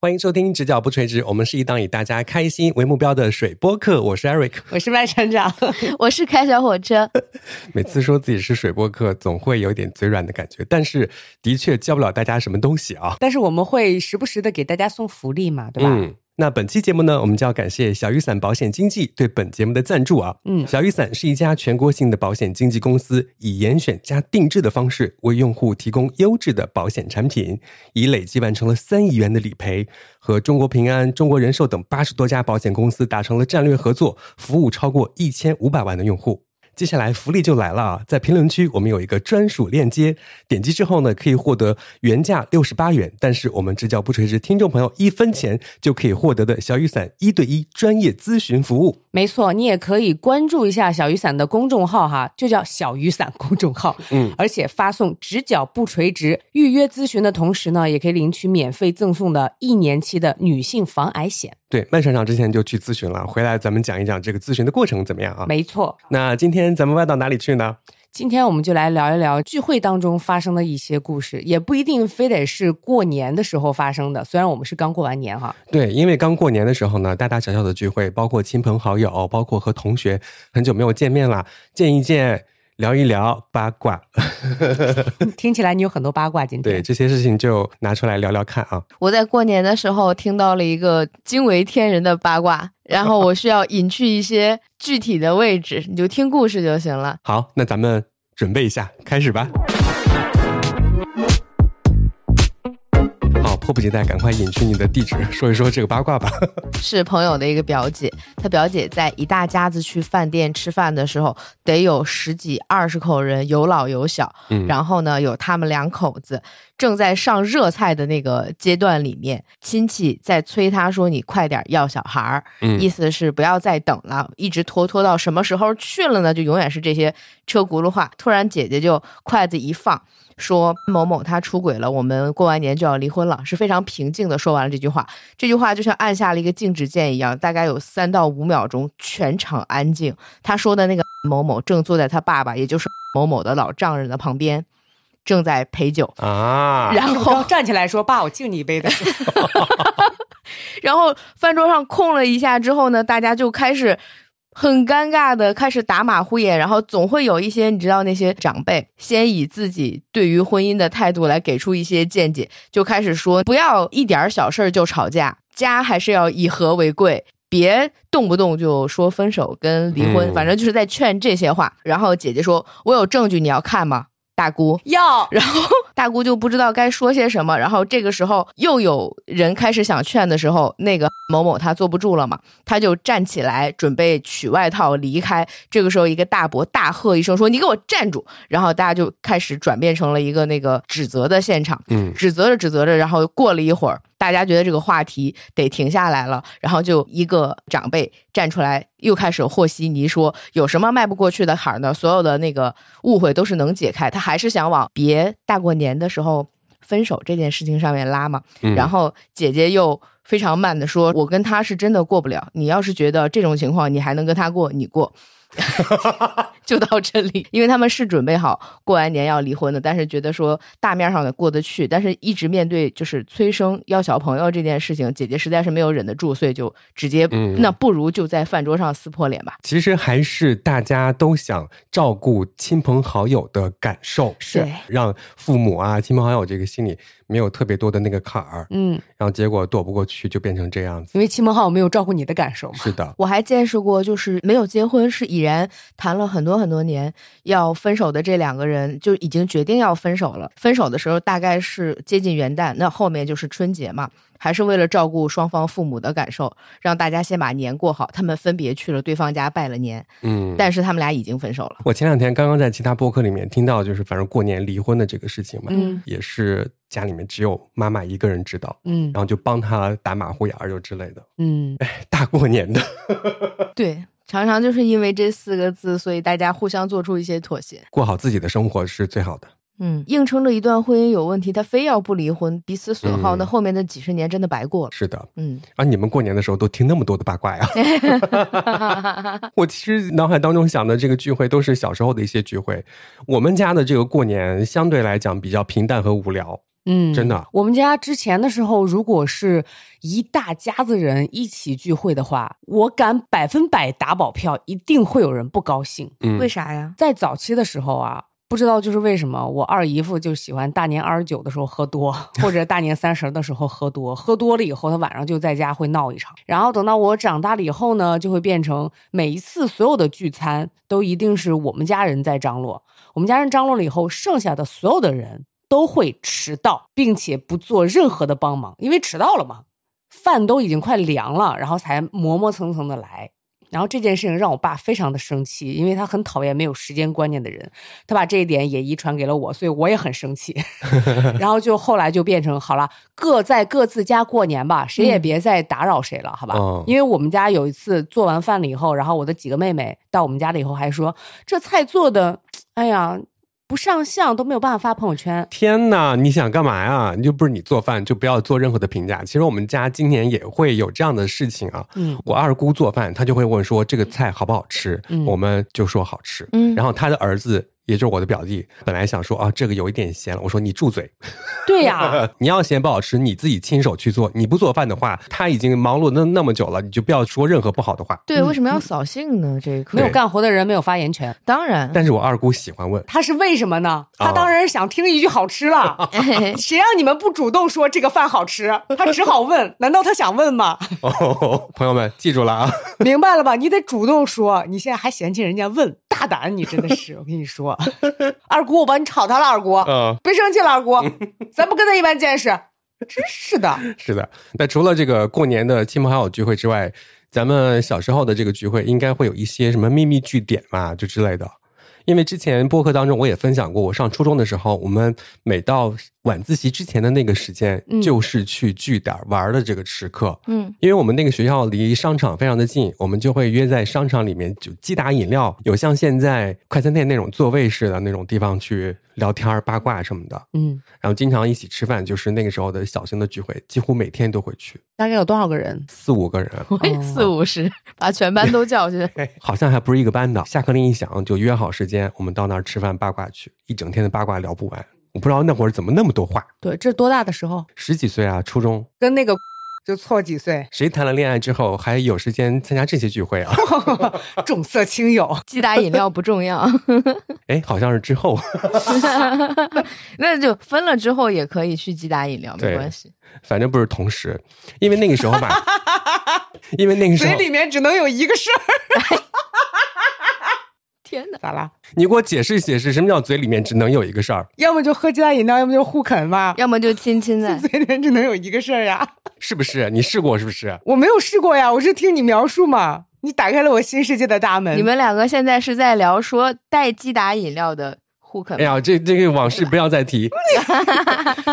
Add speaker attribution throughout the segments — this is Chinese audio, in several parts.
Speaker 1: 欢迎收听《直角不垂直》，我们是一档以大家开心为目标的水播客。我是 Eric，
Speaker 2: 我是麦船长，
Speaker 3: 我是开小火车。
Speaker 1: 每次说自己是水播客，总会有点嘴软的感觉，但是的确教不了大家什么东西啊。
Speaker 2: 但是我们会时不时的给大家送福利嘛，对吧？
Speaker 1: 嗯。那本期节目呢，我们就要感谢小雨伞保险经纪对本节目的赞助啊。
Speaker 2: 嗯
Speaker 1: 小雨伞是一家全国性的保险经纪公司，以严选加定制的方式为用户提供优质的保险产品，已累计完成了三亿元的理赔，和中国平安、中国人寿等八十多家保险公司达成了战略合作，服务超过一千五百万的用户。接下来福利就来了啊！在评论区我们有一个专属链接，点击之后呢，可以获得原价六十八元，但是我们直角不垂直听众朋友一分钱就可以获得的小雨伞一对一专业咨询服务。
Speaker 2: 没错，你也可以关注一下小雨伞的公众号哈，就叫小雨伞公众号。
Speaker 1: 嗯，
Speaker 2: 而且发送“直角不垂直”预约咨询的同时呢，也可以领取免费赠送的一年期的女性防癌险。
Speaker 1: 对，麦船长之前就去咨询了，回来咱们讲一讲这个咨询的过程怎么样啊？
Speaker 2: 没错，
Speaker 1: 那今天咱们歪到哪里去呢？
Speaker 2: 今天我们就来聊一聊聚会当中发生的一些故事，也不一定非得是过年的时候发生的。虽然我们是刚过 完年哈，
Speaker 1: 对，因为刚过年的时候呢，大大小小的聚会，包括亲朋好友，包括和同学很久没有见面了，见一见，聊一聊八卦，
Speaker 2: 听起来你有很多八卦。今
Speaker 1: 对
Speaker 2: 天
Speaker 1: 这些事情就拿出来聊聊看啊。
Speaker 3: 我在过年的时候听到了一个惊为天人的八卦，然后我需要隐去一些具体的位置，你就听故事就行了。
Speaker 1: 好，那咱们准备一下，开始吧。好，哦迫不及待，赶快隐去你的地址， 说一说这个八卦吧。
Speaker 3: 是朋友的一个表姐，她表姐在一大家子去饭店吃饭的时候，得有十几二十口人，有老有小。
Speaker 1: 嗯
Speaker 3: 然后呢，有他们两口子正在上热菜的那个阶段里面，亲戚在催她说：“你快点要小孩儿。”
Speaker 1: 嗯
Speaker 3: 意思是不要再等了，一直拖拖到什么时候去了呢？就永远是这些车轱辘话。突然，姐姐就筷子一放，说某某他出轨了，我们过完年就要离婚了，是非常平静的说完了这句话。这句话就像按下了一个静止键一样，大概有三到五秒钟，全场安静。他说的那个某某正坐在他爸爸，也就是某某的老丈人的旁边，正在陪酒。
Speaker 1: 啊，
Speaker 3: 然
Speaker 2: 是不是要
Speaker 3: 后，
Speaker 2: 站起来说：“爸，我敬你一杯的。
Speaker 3: 然后饭桌上空了一下之后呢，大家就开始。很尴尬的开始打马虎眼，然后总会有一些你知道那些长辈先以自己对于婚姻的态度来给出一些见解，就开始说不要一点儿小事儿就吵架，家还是要以和为贵，别动不动就说分手跟离婚，
Speaker 1: 嗯
Speaker 3: 反正就是在劝这些话。然后姐姐说：“我有证据，你要看吗？”大 姑要，然后大姑就不知道该说些什么，然后这个时候又有人开始想劝的时候，那个某某他坐不住了嘛，他就站起来准备取外套离开。这个时候，一个大伯大喝一声说：“你给我站住！”然后大家就开始转变成了一个那个指责的现场。
Speaker 1: 嗯，
Speaker 3: 指责着指责着，然后过了一会儿，大家觉得这个话题得停下来了，然后就一个长辈站出来，又开始和稀泥说有什么迈不过去的坎儿呢？所有的那个误会都是能解开，他还是想往别大过年的时候分手这件事情上面拉嘛。
Speaker 1: 嗯
Speaker 3: 然后姐姐又非常慢的说：“我跟他是真的过不了，你要是觉得这种情况你还能跟他过，你过。” 就到这里， 因为他们是准备好过完年要离婚的，但是觉得说大面上的过得去，但是一直面对就是催生要小朋友这件事情，姐姐实在是没有忍得住，所以就直接、
Speaker 1: 嗯
Speaker 3: 那不如就在饭桌上撕破脸吧。
Speaker 1: 其实还是大家都想照顾亲朋好友的感受，
Speaker 2: 是
Speaker 3: 对
Speaker 1: 让父母啊、亲朋好友这个心里没有特别多的那个坎儿”，
Speaker 2: 嗯，
Speaker 1: 然后结果躲不过去，就变成这样子。
Speaker 2: 因为亲朋好友没有照顾你的感受嘛。
Speaker 1: 是的，
Speaker 3: 我还见识过，就是没有结婚是已然谈了很多很多年要分手的这两个人，就已经决定要分手了。分手的时候大概是接近元旦，那后面就是春节嘛，还是为了照顾双方父母的感受，让大家先把年过好。他们分别去了对方家拜了年，
Speaker 1: 嗯，
Speaker 3: 但是他们俩已经分手 了。
Speaker 1: 我前两天刚刚在其他播客里面听到，就是反正过年离婚的这个事情嘛，
Speaker 2: 嗯
Speaker 1: 也是家里面只有妈妈一个人知道，
Speaker 2: 嗯
Speaker 1: 然后就帮她打马虎眼儿又之类的。
Speaker 2: 嗯，
Speaker 1: 大过年的，
Speaker 3: 对，常常就是因为这四个字，所以大家互相做出一些妥协。
Speaker 1: 过好自己的生活是最好的。
Speaker 3: 嗯，硬撑着一段婚姻有问题，他非要不离婚，彼此损耗，
Speaker 1: 嗯
Speaker 3: 那后面的几十年真的白过了。
Speaker 1: 是的，
Speaker 3: 嗯，
Speaker 1: 啊，你们过年的时候都听那么多的八卦呀？ 我其实脑海当中想的这个聚会都是小时候的一些聚会，我们家的这个过年相对来讲比较平淡和无聊。
Speaker 2: 嗯，
Speaker 1: 真的
Speaker 2: 我们家之前的时候，如果是一大家子人一起聚会的话，我敢百分百打保票，一定会有人不高兴。
Speaker 1: 嗯，
Speaker 3: 为啥呀？
Speaker 2: 在早期的时候啊，不知道就是为什么，我二姨夫就喜欢大年二十九的时候喝多， 或者大年三十的时候喝多。喝多了以后，他晚上就在家会闹一场。然后等到我长大了以后呢，就会变成每一次所有的聚餐都一定是我们家人在张罗，我们家人张罗了以后，剩下的所有的人都会迟到，并且不做任何的帮忙，因为迟到了嘛，饭都已经快凉了，然后才磨磨蹭蹭的来。然后这件事情让我爸非常的生气，因为他很讨厌没有时间观念的人，他把这一点也遗传给了我，所以我也很生气。然后就后来就变成好了，各在各自家过年吧，谁也
Speaker 3: 嗯
Speaker 2: 别再打扰谁了，好吧？
Speaker 1: 哦
Speaker 2: 因为我们家有一次做完饭了以后，然后我的几个妹妹到我们家了以后还说，这菜做的，哎呀，不上相都没有办法发朋友圈。
Speaker 1: 天呐，你想干嘛呀？你就不是你做饭，就不要做任何的评价。其实我们家今年也会有这样的事情啊。
Speaker 2: 嗯
Speaker 1: 我二姑做饭，她就会问说这个菜好不好吃，
Speaker 2: 嗯
Speaker 1: 我们就说好吃。
Speaker 3: 嗯
Speaker 1: 然后她的儿子，也就是我的表弟，本来想说啊这个有一点咸了，我说你住嘴，
Speaker 2: 对呀、
Speaker 1: 你要嫌不好吃，你自己亲手去做。你不做饭的话，他已经忙碌那那么久了，你就不要说任何不好的话。
Speaker 3: 对，为什么要扫兴呢？这一刻
Speaker 2: 没有干活的人没有发言权，
Speaker 3: 当然，
Speaker 1: 但是我二姑喜欢问，
Speaker 2: 他是为什么呢？他
Speaker 1: 哦
Speaker 2: 当然是想听一句好吃了。 谁让你们不主动说这个饭好吃？他只好问，难道他想问吗？
Speaker 1: 哦，朋友们记住了啊，
Speaker 2: 明白了吧？你得主动说，你现在还嫌弃人家问，大胆！你真的是，我跟你说， 二姑，我帮你炒他了，二姑，
Speaker 1: 嗯，
Speaker 2: 别生气了，二姑，咱不跟他一般见识，真是的。
Speaker 1: 是的。那除了这个过年的亲朋好友聚会之外，咱们小时候的这个聚会应该会有一些什么秘密据点嘛，就之类的。因为之前播客当中我也分享过，我上初中的时候，我们每到晚自习之前的那个时间，
Speaker 2: 嗯
Speaker 1: 就是去据点玩的这个时刻。
Speaker 3: 嗯，
Speaker 1: 因为我们那个学校离商场非常的近，我们就会约在商场里面就击打饮料，有像现在快餐店那种座位式的那种地方去聊天儿八卦什么的，
Speaker 2: 嗯，
Speaker 1: 然后经常一起吃饭，就是那个时候的小型的聚会，几乎每天都会去，
Speaker 2: 大概有多少个人？
Speaker 1: 四五个人，
Speaker 3: 我也四五十，把全班都叫去。
Speaker 1: 好像还不是一个班的。下课铃一响就约好时间，我们到那儿吃饭八卦去，一整天的八卦聊不完。我不知道那会儿怎么那么多话，
Speaker 2: 对，这多大的时候？
Speaker 1: 十几岁啊，初中，
Speaker 2: 跟那个 就错几岁，
Speaker 1: 谁谈了恋爱之后还有时间参加这些聚会啊？
Speaker 2: 重色轻友。
Speaker 3: 击打饮料不重要，
Speaker 1: 哎，好像是之后。
Speaker 3: 那就分了之后也可以去击打饮料，没
Speaker 1: 对
Speaker 3: 关系。
Speaker 1: 反正不是同时，因为那个时候吧，因为那个时候
Speaker 2: 面只能有一个事儿，
Speaker 3: 天哪，
Speaker 2: 咋啦？
Speaker 1: 你给我解释解释，什么叫嘴里面只能有一个事儿？
Speaker 2: 要么就喝鸡蛋饮料，要么就互啃嘛。，
Speaker 3: 要么就亲亲在
Speaker 2: 嘴里面只能有一个事儿呀。
Speaker 1: 是不是？你试过是不是？
Speaker 2: 我没有试过呀，我是听你描述嘛，你打开了我新世界的大门。
Speaker 3: 你们两个现在是在聊说带击打饮料的互啃
Speaker 1: 哎。呀，这这个往事不要再提，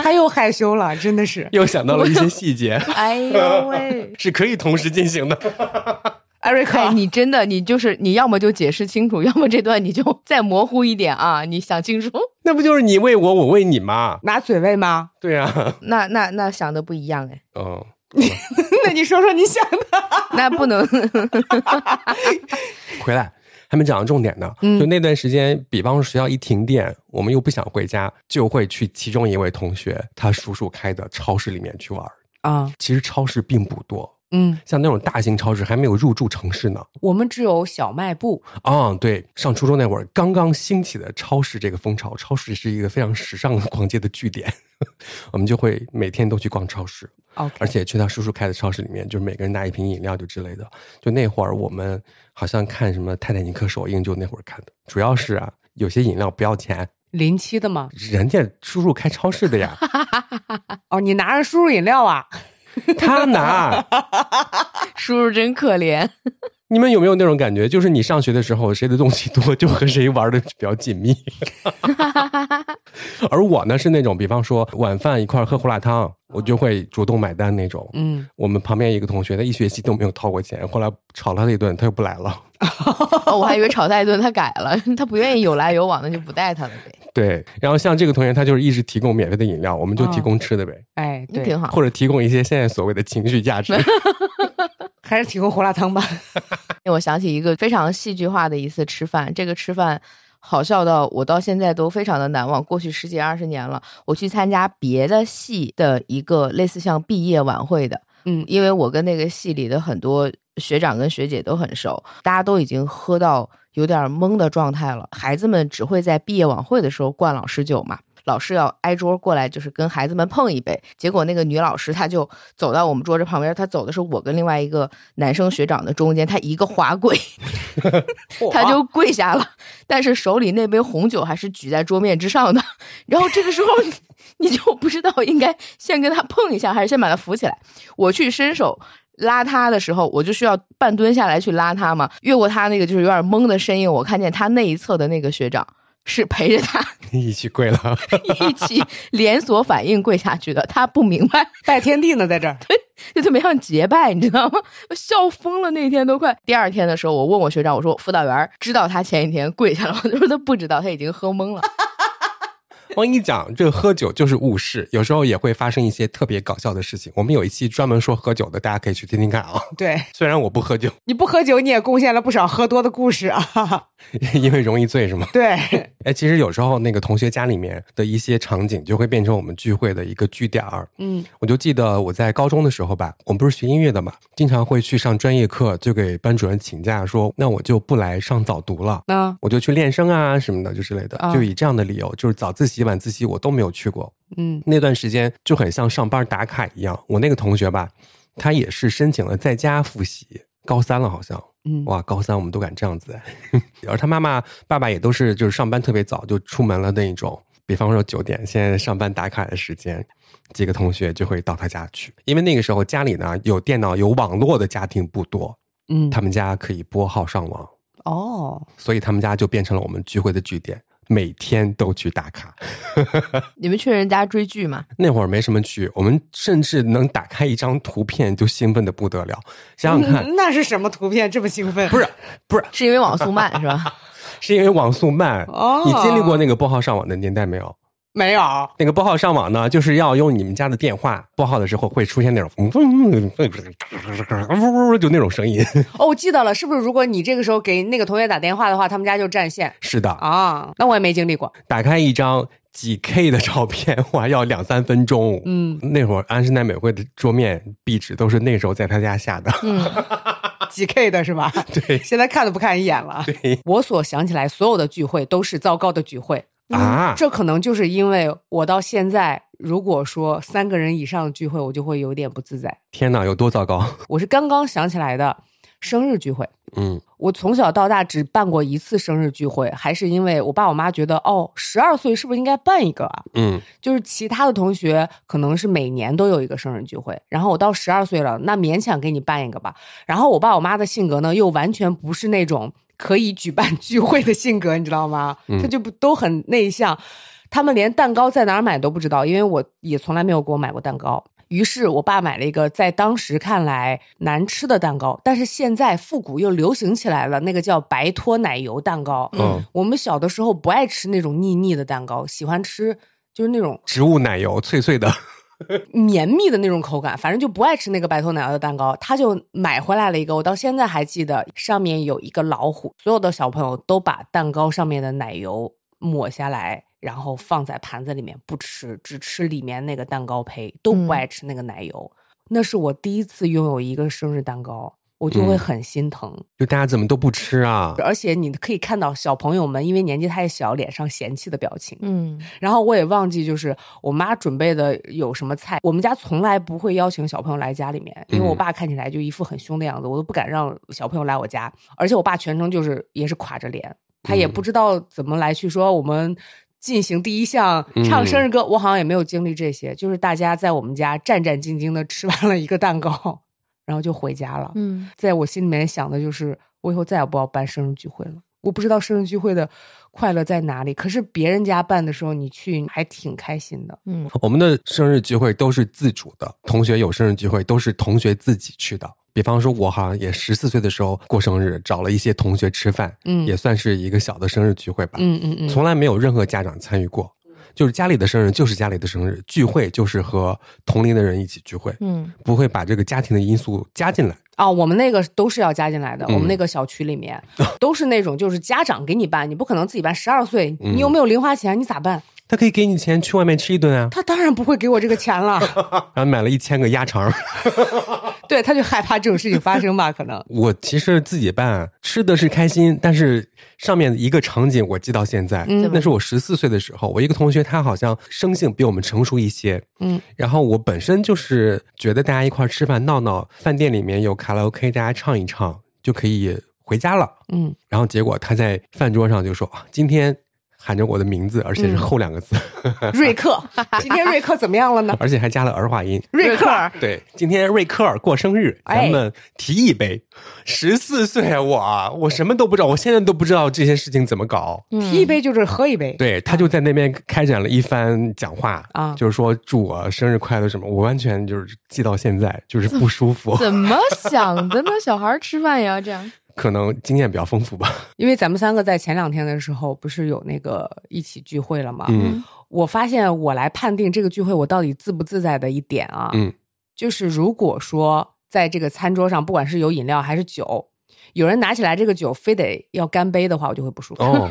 Speaker 2: 他又害羞了，真的 是。
Speaker 1: 又想到了一些细节，
Speaker 3: 哎呦喂！
Speaker 1: 是可以同时进行的。
Speaker 2: 艾瑞克
Speaker 3: 哎，，你真的，你就是你要么就解释清楚，要么这段你就 再模糊一点啊！你想清楚，
Speaker 1: 那不就是你喂我，我喂你吗？
Speaker 2: 拿嘴喂吗？
Speaker 1: 对啊，
Speaker 3: 那那那想的不一样哎，
Speaker 1: 嗯，
Speaker 2: 那你说说你想的。
Speaker 3: 那不能
Speaker 1: 回来。还没讲到重点呢，
Speaker 3: 嗯
Speaker 1: 就那段时间，比方说学校一停电，我们又不想回家，就会去其中一位同学他叔叔开的超市里面去玩儿。
Speaker 2: 啊，
Speaker 1: 其实超市并不多，
Speaker 2: 嗯，
Speaker 1: 像那种大型超市还没有入驻城市呢。
Speaker 2: 我们只有小卖部，
Speaker 1: 啊、对，上初中那会儿刚刚兴起的超市这个风潮，超市是一个非常时尚的逛街的据点， 我们就会每天都去逛超市，
Speaker 2: OK，
Speaker 1: 而且去他叔叔开的超市里面，就是每个人拿一瓶饮料就之类的。就那会儿我们好像看什么《泰坦尼克》首映，就那会儿看的，主要是啊，有些饮料不要钱，
Speaker 2: 临期的吗？
Speaker 1: 人家叔叔开超市的呀，
Speaker 2: 哦，你拿着输入饮料啊？
Speaker 1: 他拿。
Speaker 3: 叔叔真可怜。
Speaker 1: 你们有没有那种感觉？就是你上学的时候，谁的东西多，就和谁玩的比较紧密。而我呢，是那种，比方说晚饭一块儿喝胡辣汤，我就会主动买单那种。
Speaker 2: 嗯，
Speaker 1: 我们旁边一个同学，他一学期都没有掏过钱，后来吵了他一顿，他又不来了。
Speaker 3: 哦，我还以为炒他一顿，他改了，他不愿意有来有往，那就不带他了呗，
Speaker 1: 对，然后像这个同学，他就是一直提供免费的饮料，我们就提供吃的呗，
Speaker 2: 哎，
Speaker 3: 那
Speaker 2: 对
Speaker 3: 挺，好。
Speaker 1: 或者提供一些现在所谓的情绪价值。
Speaker 2: 还是提供胡辣汤吧。
Speaker 3: 我想起一个非常戏剧化的一次吃饭，这个吃饭。好笑到我到现在都非常的难忘。过去十几二十年了，我去参加别的系的一个类似像毕业晚会的，
Speaker 2: 嗯，
Speaker 3: 因为我跟那个系里的很多学长跟学姐都很熟，大家都已经喝到有点懵的状态了。孩子们只会在毕业晚会的时候灌老师酒嘛，老师要挨桌过来，就是跟孩子们碰一杯。结果那个女老师她就走到我们桌子旁边，她走的是我跟另外一个男生学长的中间，她一个滑跪，她就跪下了， 但是手里那杯红酒还是举在桌面之上的。 然后这个时候 你就不知道应该先跟她碰一下，还是先把她扶起来。我去伸手拉他的时候，我就需要半蹲下来去拉他嘛。越过他那个就是有点懵的身影，我看见他那一侧的那个学长是陪着他
Speaker 1: 一起跪了，
Speaker 3: 一起连锁反应跪下去的。他不明白，
Speaker 2: 拜天地呢，在这儿。
Speaker 3: 就特别像结拜，你知道吗？我笑疯了，那天都快。第二天的时候，我问我学长，我说辅导员知道他前一天跪下了吗？ 他说他不知道，他已经喝懵了。
Speaker 1: 我跟你讲，这个喝酒就是误事，有时候也会发生一些特别搞笑的事情。我们有一期专门说喝酒的，大家可以去听听看啊。
Speaker 2: 对，
Speaker 1: 虽然我不喝酒，
Speaker 2: 你不喝酒，你也贡献了不少喝多的故事啊。
Speaker 1: 因为容易醉是吗？
Speaker 2: 对，
Speaker 1: 哎，其实有时候那个同学家里面的一些场景就会变成我们聚会的一个据点儿。
Speaker 2: 嗯
Speaker 1: 我就记得我在高中的时候吧，我们不是学音乐的嘛，经常会去上专业课，就给班主任请假说，那我就不来上早读了。
Speaker 2: 嗯
Speaker 1: 我就去练声啊什么的，就之类的
Speaker 2: 啊，
Speaker 1: 就以这样的理由，就是早自习、晚自习我都没有去过。
Speaker 2: 嗯
Speaker 1: 那段时间就很像上班打卡一样。我那个同学吧，他也是申请了在家复习，高三了好像，
Speaker 2: 嗯，
Speaker 1: 哇，高三我们都敢这样子。 而他妈妈、爸爸也都是就是上班特别早就出门了那一种，比方说九点，现在上班打卡的时间，几个同学就会到他家去，因为那个时候家里呢有电脑有网络的家庭不多，
Speaker 2: 嗯
Speaker 1: 他们家可以拨号上网，
Speaker 2: 哦，
Speaker 1: 所以他们家就变成了我们聚会的据点。每天都去打卡，
Speaker 3: 你们去人家追剧吗？
Speaker 1: 那会儿没什么去，我们甚至能打开一张图片就兴奋的不得了。想想 看，
Speaker 2: 嗯那是什么图片这么兴奋？
Speaker 1: 不是不是，
Speaker 3: 是因为网速慢是吧？
Speaker 1: 是因为网速慢。
Speaker 2: 哦
Speaker 1: 你经历过那个拨号上网的年代没有？
Speaker 2: 没有，哦
Speaker 1: 那个拨号上网呢，就是要用你们家的电话拨号的时候会出现那种嗡嗡嗡嗡嗡就那种声音。
Speaker 2: 哦，我记得了，是不是？如果你这个时候给那个同学打电话的话，他们家就占线
Speaker 1: 是的，
Speaker 2: 啊？那我也没经历过。
Speaker 1: 打开一张几 K 的照片，哇，要两三分钟。
Speaker 2: 嗯，
Speaker 1: 那会儿安室奈美惠的桌面壁纸都是那时候在他家下的。
Speaker 3: 嗯，
Speaker 2: 几 K 的是吧？
Speaker 1: 对
Speaker 2: 现在看都不看一眼了。
Speaker 1: 对
Speaker 2: 我所想起来所有的聚会都是糟糕的聚会，嗯
Speaker 1: 啊，
Speaker 2: 这可能就是因为我到现在，如果说三个人以上的聚会，我就会有点不自在。
Speaker 1: 天哪，有多糟糕？
Speaker 2: 我是刚刚想起来的，生日聚会。
Speaker 1: 嗯，
Speaker 2: 我从小到大只办过一次生日聚会，还是因为我爸我妈觉得，哦，十二岁是不是应该办一个啊？
Speaker 1: 嗯，
Speaker 2: 就是其他的同学可能是每年都有一个生日聚会，然后我到十二岁了，那勉强给你办一个吧。然后我爸我妈的性格呢，又完全不是那种可以举办 聚会的性格，你知道吗？他就不都很内向，他们连蛋糕在哪儿买都不知道，因为我也从来没有给我买过蛋糕。于是我爸买了一个在当时看来难吃的蛋糕，但是现在复古又流行起来了，那个叫白脱奶油蛋糕。
Speaker 1: 嗯，
Speaker 2: 我们小的时候不爱吃那种腻腻的蛋糕，喜欢吃就是那种
Speaker 1: 植物奶油脆脆的。
Speaker 2: 绵密的那种口感，反正就不爱吃那个白头奶酪的蛋糕，他就买回来了一个，我到现在还记得，上面有一个老虎，所有的小朋友都把蛋糕上面的奶油抹下来，然后放在盘子里面不吃，只吃里面那个蛋糕胚，都
Speaker 3: 嗯
Speaker 2: 不爱吃那个奶油。那是我第一次拥有一个生日蛋糕，我就会
Speaker 1: 嗯
Speaker 2: 很心疼，
Speaker 1: 就大家怎么都不吃啊？
Speaker 2: 而且你可以看到小朋友们因为年纪太小，脸上嫌弃的表情。
Speaker 3: 嗯，
Speaker 2: 然后我也忘记，就是我妈准备的有什么菜。我们家从来不会邀请小朋友来家里面，因为我
Speaker 1: 嗯
Speaker 2: 爸看起来就一副很凶的样子，我都不敢让小朋友来我家。而且我爸全程就是也是垮着脸，他也
Speaker 1: 嗯
Speaker 2: 不知道怎么来去说我们。进行第一项唱生日歌，我好像也没有经历这些，就是大家在我们家战战兢兢的吃完了一个蛋糕，然后就回家了。
Speaker 3: 嗯，
Speaker 2: 在我心里面想的就是，我以后再也不要办生日聚会了。我不知道生日聚会的快乐在哪里，可是别人家办的时候，你去还挺开心的。
Speaker 3: 嗯，
Speaker 1: 我们的生日聚会都是自主的，同学有生日聚会都是同学自己去的。比方说，我好像也十四岁的时候过生日，找了一些同学吃饭，
Speaker 2: 嗯
Speaker 1: 也算是一个小的生日聚会吧。
Speaker 2: 嗯嗯嗯，
Speaker 1: 从来没有任何家长参与过，就是家里的生日就是家里的生日，聚会就是和同龄的人一起聚会，
Speaker 3: 嗯，
Speaker 1: 不会把这个家庭的因素加进来。
Speaker 2: 啊、我们那个都是要加进来的。
Speaker 1: 嗯
Speaker 2: 我们那个小区里面都是那种，就是家长给你办，你不可能自己办。十二岁，你又没有零花钱，你咋办？
Speaker 1: 他可以给你钱去外面吃一顿啊，
Speaker 2: 他当然不会给我这个钱 了。
Speaker 1: 然后买了一千个鸭肠。
Speaker 2: 对，他就害怕这种事情发生吧？可能。
Speaker 1: 我其实自己办吃的是开心，但是上面一个场景我记到现在，
Speaker 2: 嗯
Speaker 1: 那是我十四岁的时候，我一个同学他好像生性比我们成熟一些，
Speaker 2: 嗯，
Speaker 1: 然后我本身就是觉得大家一块儿吃饭闹闹，饭店里面有卡拉 OK，大家唱一唱就可以回家了。
Speaker 2: 嗯，
Speaker 1: 然后结果他在饭桌上就说：“啊，今天喊着我的名字，而
Speaker 2: 嗯
Speaker 1: 且是后两个字，
Speaker 2: 瑞 克，今天瑞克怎么样了呢？
Speaker 1: 而且还加了儿化音。”
Speaker 2: 瑞克，
Speaker 1: 对， 今天瑞克尔过生日，
Speaker 2: 哎
Speaker 1: 咱们提一杯。十四岁啊我啊，我什么都不知道，我现在都不知道这些事情怎么搞。
Speaker 3: 嗯
Speaker 2: 提一杯就是喝一杯。
Speaker 1: 对他就在那边开展了一番讲话
Speaker 2: 啊
Speaker 1: 就是说祝我生日快乐什么，我完全就是记到现在，就是不舒服，
Speaker 3: 怎么想的呢？小孩儿吃饭也要这样？
Speaker 1: 可能经验比较丰富吧。
Speaker 2: 因为咱们三个在前两天的时候不是有那个一起聚会了吗？
Speaker 1: 嗯
Speaker 2: 我发现我来判定这个聚会我到底自不自在的一点啊，
Speaker 1: 嗯
Speaker 2: 就是如果说在这个餐桌上，不管是有饮料还是酒，有人拿起来这个酒非得要干杯的话，我就会不舒服。
Speaker 1: 哦，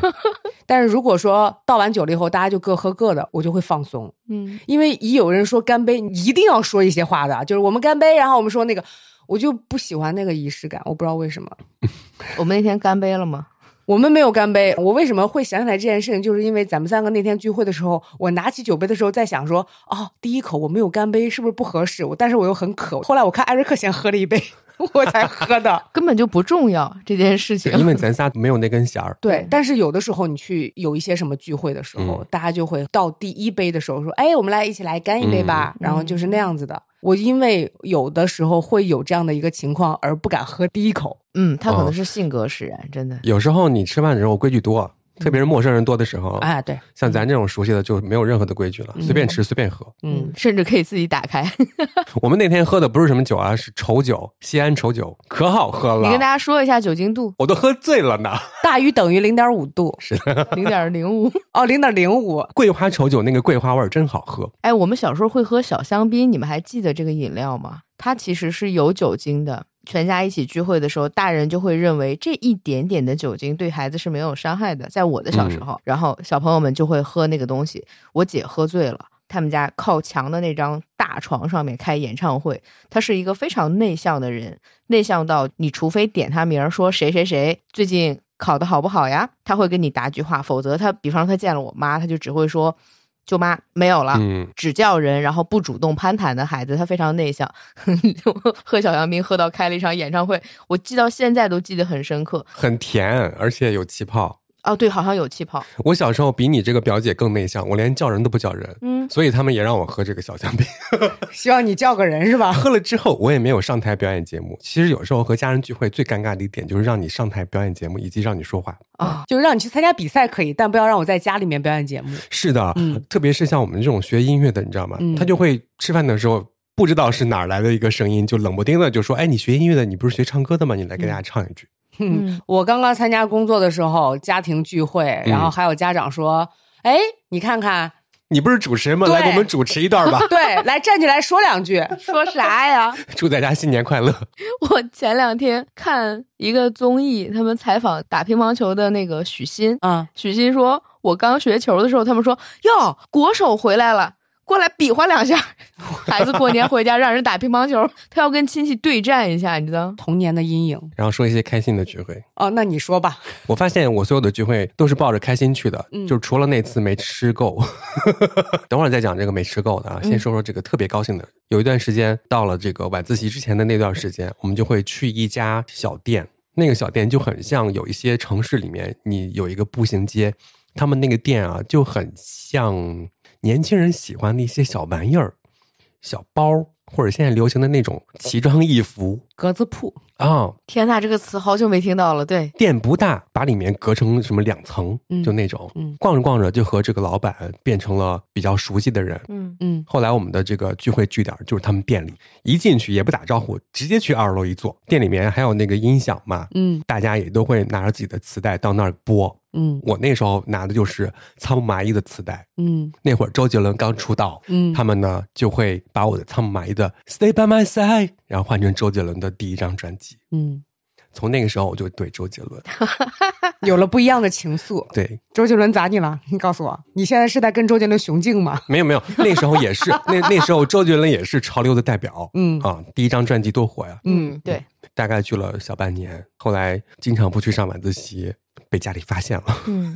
Speaker 2: 但是如果说倒完酒了以后，大家就各喝各的，我就会放松。
Speaker 3: 嗯，
Speaker 2: 因为一有人说干杯，你一定要说一些话的，就是我们干杯，然后我们说那个，我就不喜欢那个仪式感，我不知道为什么。
Speaker 3: 我们那天干杯了吗？。
Speaker 2: 我们没有干杯。我为什么会想起来这件事情，就是因为咱们三个那天聚会的时候，我拿起酒杯的时候在想说，哦，第一口我没有干杯，是不是不合适？我但是我又很渴。后来我看艾瑞克先喝了一杯， 我才喝的
Speaker 3: 根本就不重要这件事
Speaker 1: 对
Speaker 3: 情。
Speaker 1: 因为咱仨没有那根弦儿。
Speaker 2: 对，但是有的时候你去有一些什么聚会的时候，
Speaker 1: 嗯
Speaker 2: 大家就会到第一杯的时候说：“哎，我们来一起来干一杯吧。然后就是那样子的。我因为有的时候会有这样的一个情况，而不敢喝第一口。
Speaker 3: 嗯，他可
Speaker 1: 哦
Speaker 3: 能是性格使然，真的。
Speaker 1: 有时候你吃饭的时候规矩多，特别是陌生人多的时候，
Speaker 2: 哎，对，
Speaker 1: 像咱这种熟悉的就没有任何的规矩了，随便吃随便喝。
Speaker 2: 嗯，
Speaker 3: 甚至可以自己打开。
Speaker 1: 我们那天喝的不是什么酒啊，是稠酒，西安稠酒，可好喝
Speaker 3: 你
Speaker 1: 了，
Speaker 3: 跟大。家说一下酒精 度
Speaker 1: 我都喝醉了呢。
Speaker 2: 大于等于零点五度，
Speaker 3: 零点零五。
Speaker 2: 哦，零点零五，
Speaker 1: 桂花稠酒那个桂花味儿真好喝，
Speaker 3: 哎，我们小时候会喝小香槟，你们还记得这个饮料吗？它其实是有酒精的。全家一起聚会的时候，大人就会认为这一点点的酒精对孩子是没有伤害的。在我的小时候，然后小朋友们就会喝那个东西。我姐喝醉了，他们家靠墙的那张大床上面开演唱会，她是一个非常内向的人，内向到你除非点他名儿说谁谁谁最近考得好不好呀，他会跟你答句话，否则他比方说他见了我妈，他就只会说舅妈没有了，
Speaker 1: 嗯，
Speaker 3: 只叫人，然后不主动攀谈的孩子，他非常内向。 喝小香槟喝到开了一场演唱会，我记到现在都记得很深刻。
Speaker 1: 很甜，而且有气泡。
Speaker 3: 哦，对，好像有气泡。
Speaker 1: 我小时候比你这个表姐更内向，我连叫人都不叫人，
Speaker 3: 嗯，
Speaker 1: 所以他们也让我喝这个小香槟。
Speaker 2: 希望你叫个人是吧？
Speaker 1: 喝了之后，我也没有上台表演节目。其实有时候和家人聚会最尴尬的一点就是让你上台表演节目，以及让你说话。
Speaker 3: 啊、
Speaker 2: 就是让你去参加比赛可以，但不要让我在家里面表演节目。
Speaker 1: 是的，
Speaker 2: 嗯
Speaker 1: 特别是像我们这种学音乐的，你知道吗？
Speaker 2: 嗯
Speaker 1: 他就会吃饭的时候。不知道是哪儿来的一个声音，就冷不丁的就说：“哎，你学音乐的，你不是学唱歌的吗？你来给大家唱一句。
Speaker 3: 嗯
Speaker 2: 我刚刚参加工作的时候，家庭聚会，然后还有家长说：“哎，你看看，
Speaker 1: 你不是主持人吗？
Speaker 2: 对。
Speaker 1: 来给我们主持一段吧
Speaker 2: 对，来站起来说两句。
Speaker 3: 说啥呀？
Speaker 1: 祝大家新年快乐。
Speaker 3: 我前两天看一个综艺，他们采访打乒乓球的那个许昕”，
Speaker 2: 啊，
Speaker 3: 许昕说：“我刚学球的时候，他们说哟，国手回来了。”过来比划两下， 孩子过年回家让人打乒乓球，他要跟亲戚对战一下，你知道？
Speaker 2: 童年的阴影。
Speaker 1: 然后说一些开心的聚会。
Speaker 2: 哦，那你说吧。
Speaker 1: 我发现我所有的聚会都是抱着开心去的，
Speaker 2: 嗯
Speaker 1: 就是除了那次没吃够。 等会儿再讲这个没吃够的啊，先说说这个特别高兴的。有一段时间到了这个晚自习之前的那段时间，我们就会去一家小店，那个小店就很像有一些城市里面你有一个步行街，他们那个店啊就很像年轻人喜欢的一些小玩意儿、小包，或者现在流行的那种奇装异服
Speaker 2: 格子铺，
Speaker 1: 啊。
Speaker 3: 天呐，这个词好久没听到了。对，
Speaker 1: 店不大，把里面隔成什么两层，
Speaker 2: 嗯
Speaker 1: 就那种。
Speaker 2: 嗯
Speaker 1: 逛着逛着就和这个老板变成了比较熟悉的人。
Speaker 3: 嗯，
Speaker 2: 嗯，
Speaker 1: 后来我们的这个聚会据点就是他们店里，一进去也不打招呼，直接去二楼一坐。店里面还有那个音响嘛，
Speaker 2: 嗯
Speaker 1: 大家也都会拿着自己的磁带到那儿播。
Speaker 2: 嗯
Speaker 1: 我那时候拿的就是仓木麻衣的磁带，
Speaker 2: 嗯
Speaker 1: 那会儿周杰伦刚出道，
Speaker 2: 嗯，
Speaker 1: 他们呢就会把我的仓木麻衣的《Stay by My Side》，然后换成周杰伦的第一张专辑。
Speaker 2: 嗯
Speaker 1: 从那个时候我就对周杰 伦，
Speaker 2: 有了不一样的情愫。
Speaker 1: 对，
Speaker 2: 周杰伦咋你了？你告诉我，你现在是在跟周杰伦雄竞吗？
Speaker 1: 没有没有，那时候也是，那那时候周杰伦也是潮流的代表
Speaker 2: 嗯
Speaker 1: 啊，第一张专辑多火呀！
Speaker 2: 嗯
Speaker 3: 对，
Speaker 1: 大概去了小半年，后来经常不去上晚自习，被家里发现了，
Speaker 3: 嗯，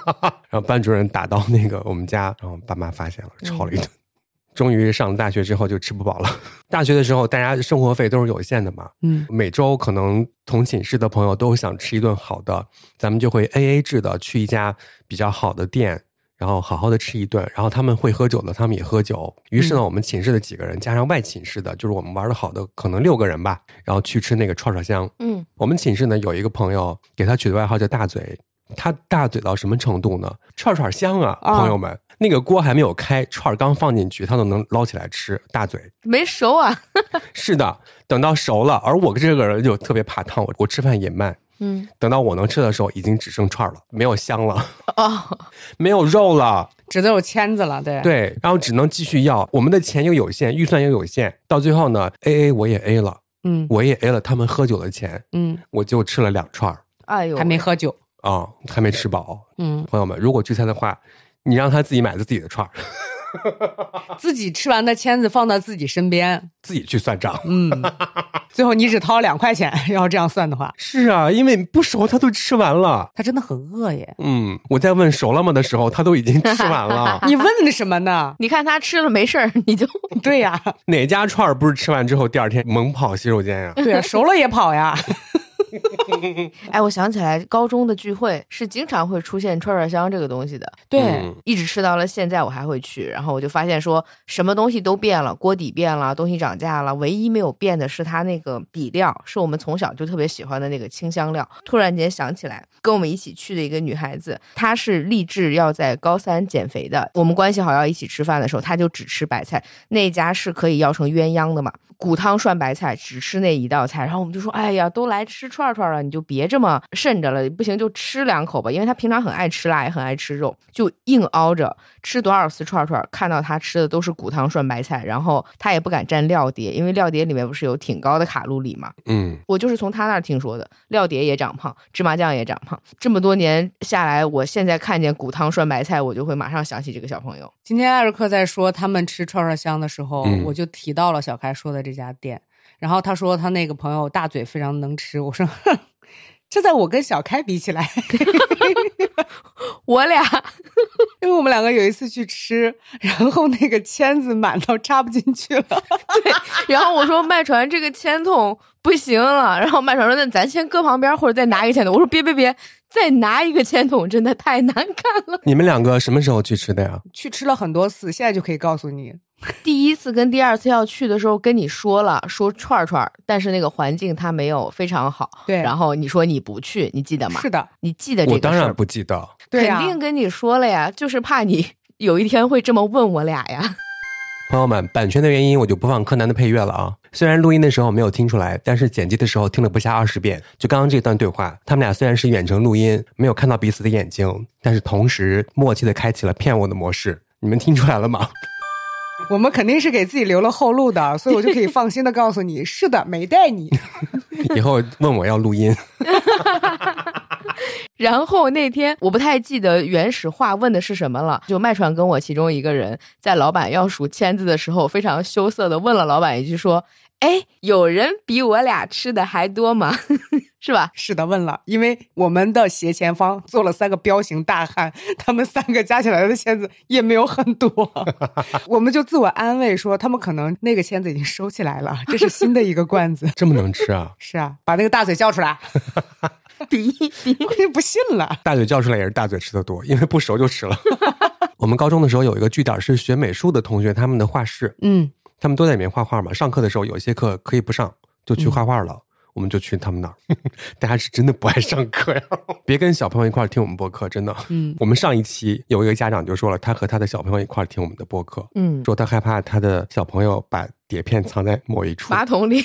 Speaker 1: 然后班主任打到那个我们家，然后爸妈发现了，吵了一顿。终于上了大学之后就吃不饱了。大学的时候，大家生活费都是有限的嘛，
Speaker 2: 嗯
Speaker 1: 每周可能同寝室的朋友都想吃一顿好的，咱们就会 A A 制的去一家比较好的店，然后好好的吃一顿。然后他们会喝酒的，他们也喝酒。于是呢，我们寝室的几个人加上外寝室的，就是我们玩的好的，可能六个人吧，然后去吃那个串串香。
Speaker 3: 嗯，
Speaker 1: 我们寝室呢有一个朋友，给他取的外号叫大嘴。他大嘴到什么程度呢？串串香啊，
Speaker 2: 啊
Speaker 1: 朋友们，那个锅还没有开，串儿刚放进去，他都能捞起来吃。大嘴，
Speaker 3: 没熟啊，
Speaker 1: 是的，等到熟了，而我这个人就特别怕烫，我我吃饭也慢。
Speaker 3: 嗯，
Speaker 1: 等到我能吃的时候，已经只剩串儿了，没有香了，
Speaker 3: 哦，
Speaker 1: 没有肉了，
Speaker 2: 只能有签子了，对，
Speaker 1: 对，然后只能继续要。我们的钱又有限，预算又有限，到最后呢，A A 我也 A 了，
Speaker 2: 嗯
Speaker 1: 我也 A 了他们喝酒的钱，
Speaker 2: 嗯，
Speaker 1: 我就吃了两串儿
Speaker 3: 哎呦，？
Speaker 2: 还没喝酒，
Speaker 1: 啊、还没吃饱。
Speaker 2: 嗯，
Speaker 1: 朋友们，如果聚餐的话，你让他自己买自己的串儿，
Speaker 2: 自己吃完的签子放到自己身边，
Speaker 1: 自己去算账。
Speaker 2: 嗯， 最后你只掏两块钱， 要这样算的话，
Speaker 1: 是啊，因为不熟他都吃完了。
Speaker 2: 他真的很饿耶。
Speaker 1: 嗯，我在问熟了吗的时候，他都已经吃完了。
Speaker 2: 你问什么呢
Speaker 3: 你看他吃了没事儿，你就
Speaker 2: 对呀、
Speaker 1: 哪家串儿不是吃完之后第二天猛跑洗手间呀、
Speaker 2: 对呀、熟了也跑呀。
Speaker 3: 哎，我想起来，高中的聚会是经常会出现串串香这个东西的，
Speaker 2: 对
Speaker 1: 嗯，
Speaker 3: 一直吃到了现在，我还会去。然后我就发现说，什么东西都变了，锅底变了，东西涨价了，唯一没有变的是它那个底料，是我们从小就特别喜欢的那个清香料。突然间想起来，跟我们一起去的一个女孩子，她是立志要在高三减肥的。我们关系好要一起吃饭的时候，她就只吃白菜，那家是可以要成鸳鸯的嘛，骨汤涮白菜，只吃那一道菜。然后我们就说，哎呀，都来吃串串了，你就别这么慎着了，不行就吃两口吧。因为他平常很爱吃辣，也很爱吃肉，就硬熬着吃多少次串串，看到他吃的都是骨汤涮白菜，然后他也不敢蘸料碟，因为料碟里面不是有挺高的卡路里嘛。
Speaker 1: 嗯，
Speaker 3: 我就是从他那儿听说的，料碟也长胖，芝麻酱也长胖。这么多年下来，我现在看见骨汤涮白菜，我就会马上想起这个小朋友。
Speaker 2: 今天艾瑞克在说他们吃串串香的时候，
Speaker 1: 嗯
Speaker 2: 我就提到了小开说的这家店，然后他说他那个朋友大嘴非常能吃，我说。 哼，这在我跟小开比 起来，
Speaker 3: 我俩
Speaker 2: 因为我们两个有一次去吃，然后那个签子满到插不进去了，
Speaker 3: 然后我说麦传这个签筒不行了，然后麦传说那咱先搁旁边或者再拿一个签筒。我说别别别，再拿一个签筒真的太难看了。
Speaker 1: 嗯你们两个什么时候去吃的呀？
Speaker 2: 去吃了很多次，现在就可以告诉你，
Speaker 3: 第一次跟第二次要去的时候跟你说了说串儿串儿，但是那个环境它没有非常好。
Speaker 2: 对
Speaker 3: 然后你说你不去，你记得吗？
Speaker 2: 是的，
Speaker 3: 你记得这个
Speaker 1: 我当
Speaker 3: 事
Speaker 1: 然
Speaker 3: 儿
Speaker 1: 不记得。
Speaker 2: 对呀、
Speaker 3: 肯定跟你说了呀，就是怕你有一天会这么问我俩呀。
Speaker 1: 朋友们，版权的原因我就不放柯南的配乐了啊。虽然录音的时候没有听出来，但是剪辑的时候听了不下二十遍。就刚刚这段对话，他们俩虽然是远程录音，没有看到彼此的眼睛，但是同时默契的开启了骗我的模式。你们听出来了 吗？
Speaker 2: 我们肯定是给自己留了后路的，所以我就可以放心的告诉你，是的，没带你。
Speaker 1: 以后问我要录音，。
Speaker 3: 然后那天我不太记得原始话问的是什么了，就麦传跟我其中一个人在老板要数签字的时候，非常羞涩的问了老板一句说：“哎，有人比我俩吃的还多吗？” 是吧？
Speaker 2: 是的，问了，因为我们的斜前方做了三个彪形大汉，他们三个加起来的签子也没有很多，我们就自我安慰说，他们可能那个签子已经收起来了，这是新的一个罐子
Speaker 1: 这么能吃啊？
Speaker 2: 是啊，把那个大嘴叫出来，
Speaker 3: 比一比，
Speaker 2: 我就不信了。
Speaker 1: 大嘴叫出来也是大嘴吃的多，因为不熟就 吃了。我们高中的时候有一个据点是学美术的同学，他们的画室，
Speaker 2: 嗯
Speaker 1: 他们都在里面画画嘛。上课的时候有些课可以不上，就
Speaker 2: 嗯
Speaker 1: 去画画了。我们就去他们那儿， 大家是真的不爱上课呀！ 别跟小朋友一块儿听我们播客，真的。
Speaker 2: 嗯
Speaker 1: 我们上一期有一个家长就说了，他和他的小朋友一块儿听我们的播客，
Speaker 3: 嗯，
Speaker 1: 说他害怕他的小朋友把碟片藏在某一处。
Speaker 3: 马桶里，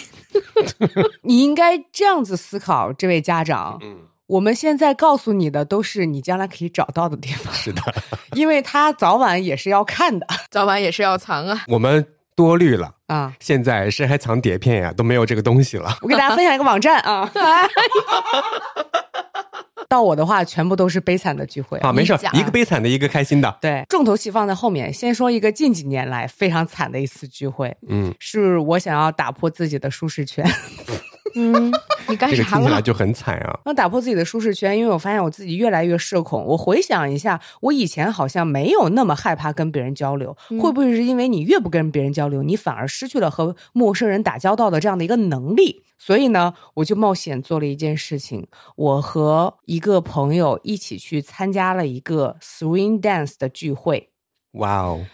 Speaker 2: 你应该这样子思考，这位家长，
Speaker 1: 嗯，
Speaker 2: 我们现在告诉你的都是你将来可以找到的地方，
Speaker 1: 是的，
Speaker 2: 因为他早晚也是要看的
Speaker 3: 早晚也是要藏啊。
Speaker 1: 我们多虑了。
Speaker 2: 啊。
Speaker 1: 现在谁还藏碟片呀？都没有这个东 西了。
Speaker 2: 我给大家分享一个网站 啊，到我的话全部都是悲惨的聚会
Speaker 1: 啊，没事
Speaker 3: 你讲，
Speaker 1: 一个悲惨的，一个开心的。
Speaker 2: 对，重头戏放在后面。先说一个近几年来非常惨的一次聚会，
Speaker 1: 嗯，
Speaker 2: 是我想要打破自己的舒适圈。
Speaker 3: 嗯，你干
Speaker 2: 哎
Speaker 1: 这个
Speaker 3: 啥
Speaker 1: 听起来
Speaker 3: 了？
Speaker 1: 就很惨啊。
Speaker 2: 要打破自己的舒适圈，因为我发现我自己越来越社恐。我回想一下，我以前好像没有那么害怕跟别人交流，会不会是因为你越不跟别人交流，你反而失去了和陌生人打交道的这样的一个能力？所以呢，我就冒险做了一件事情，我和一个朋友一起去参加了一个 swing dance 的聚会。
Speaker 1: 哇哦，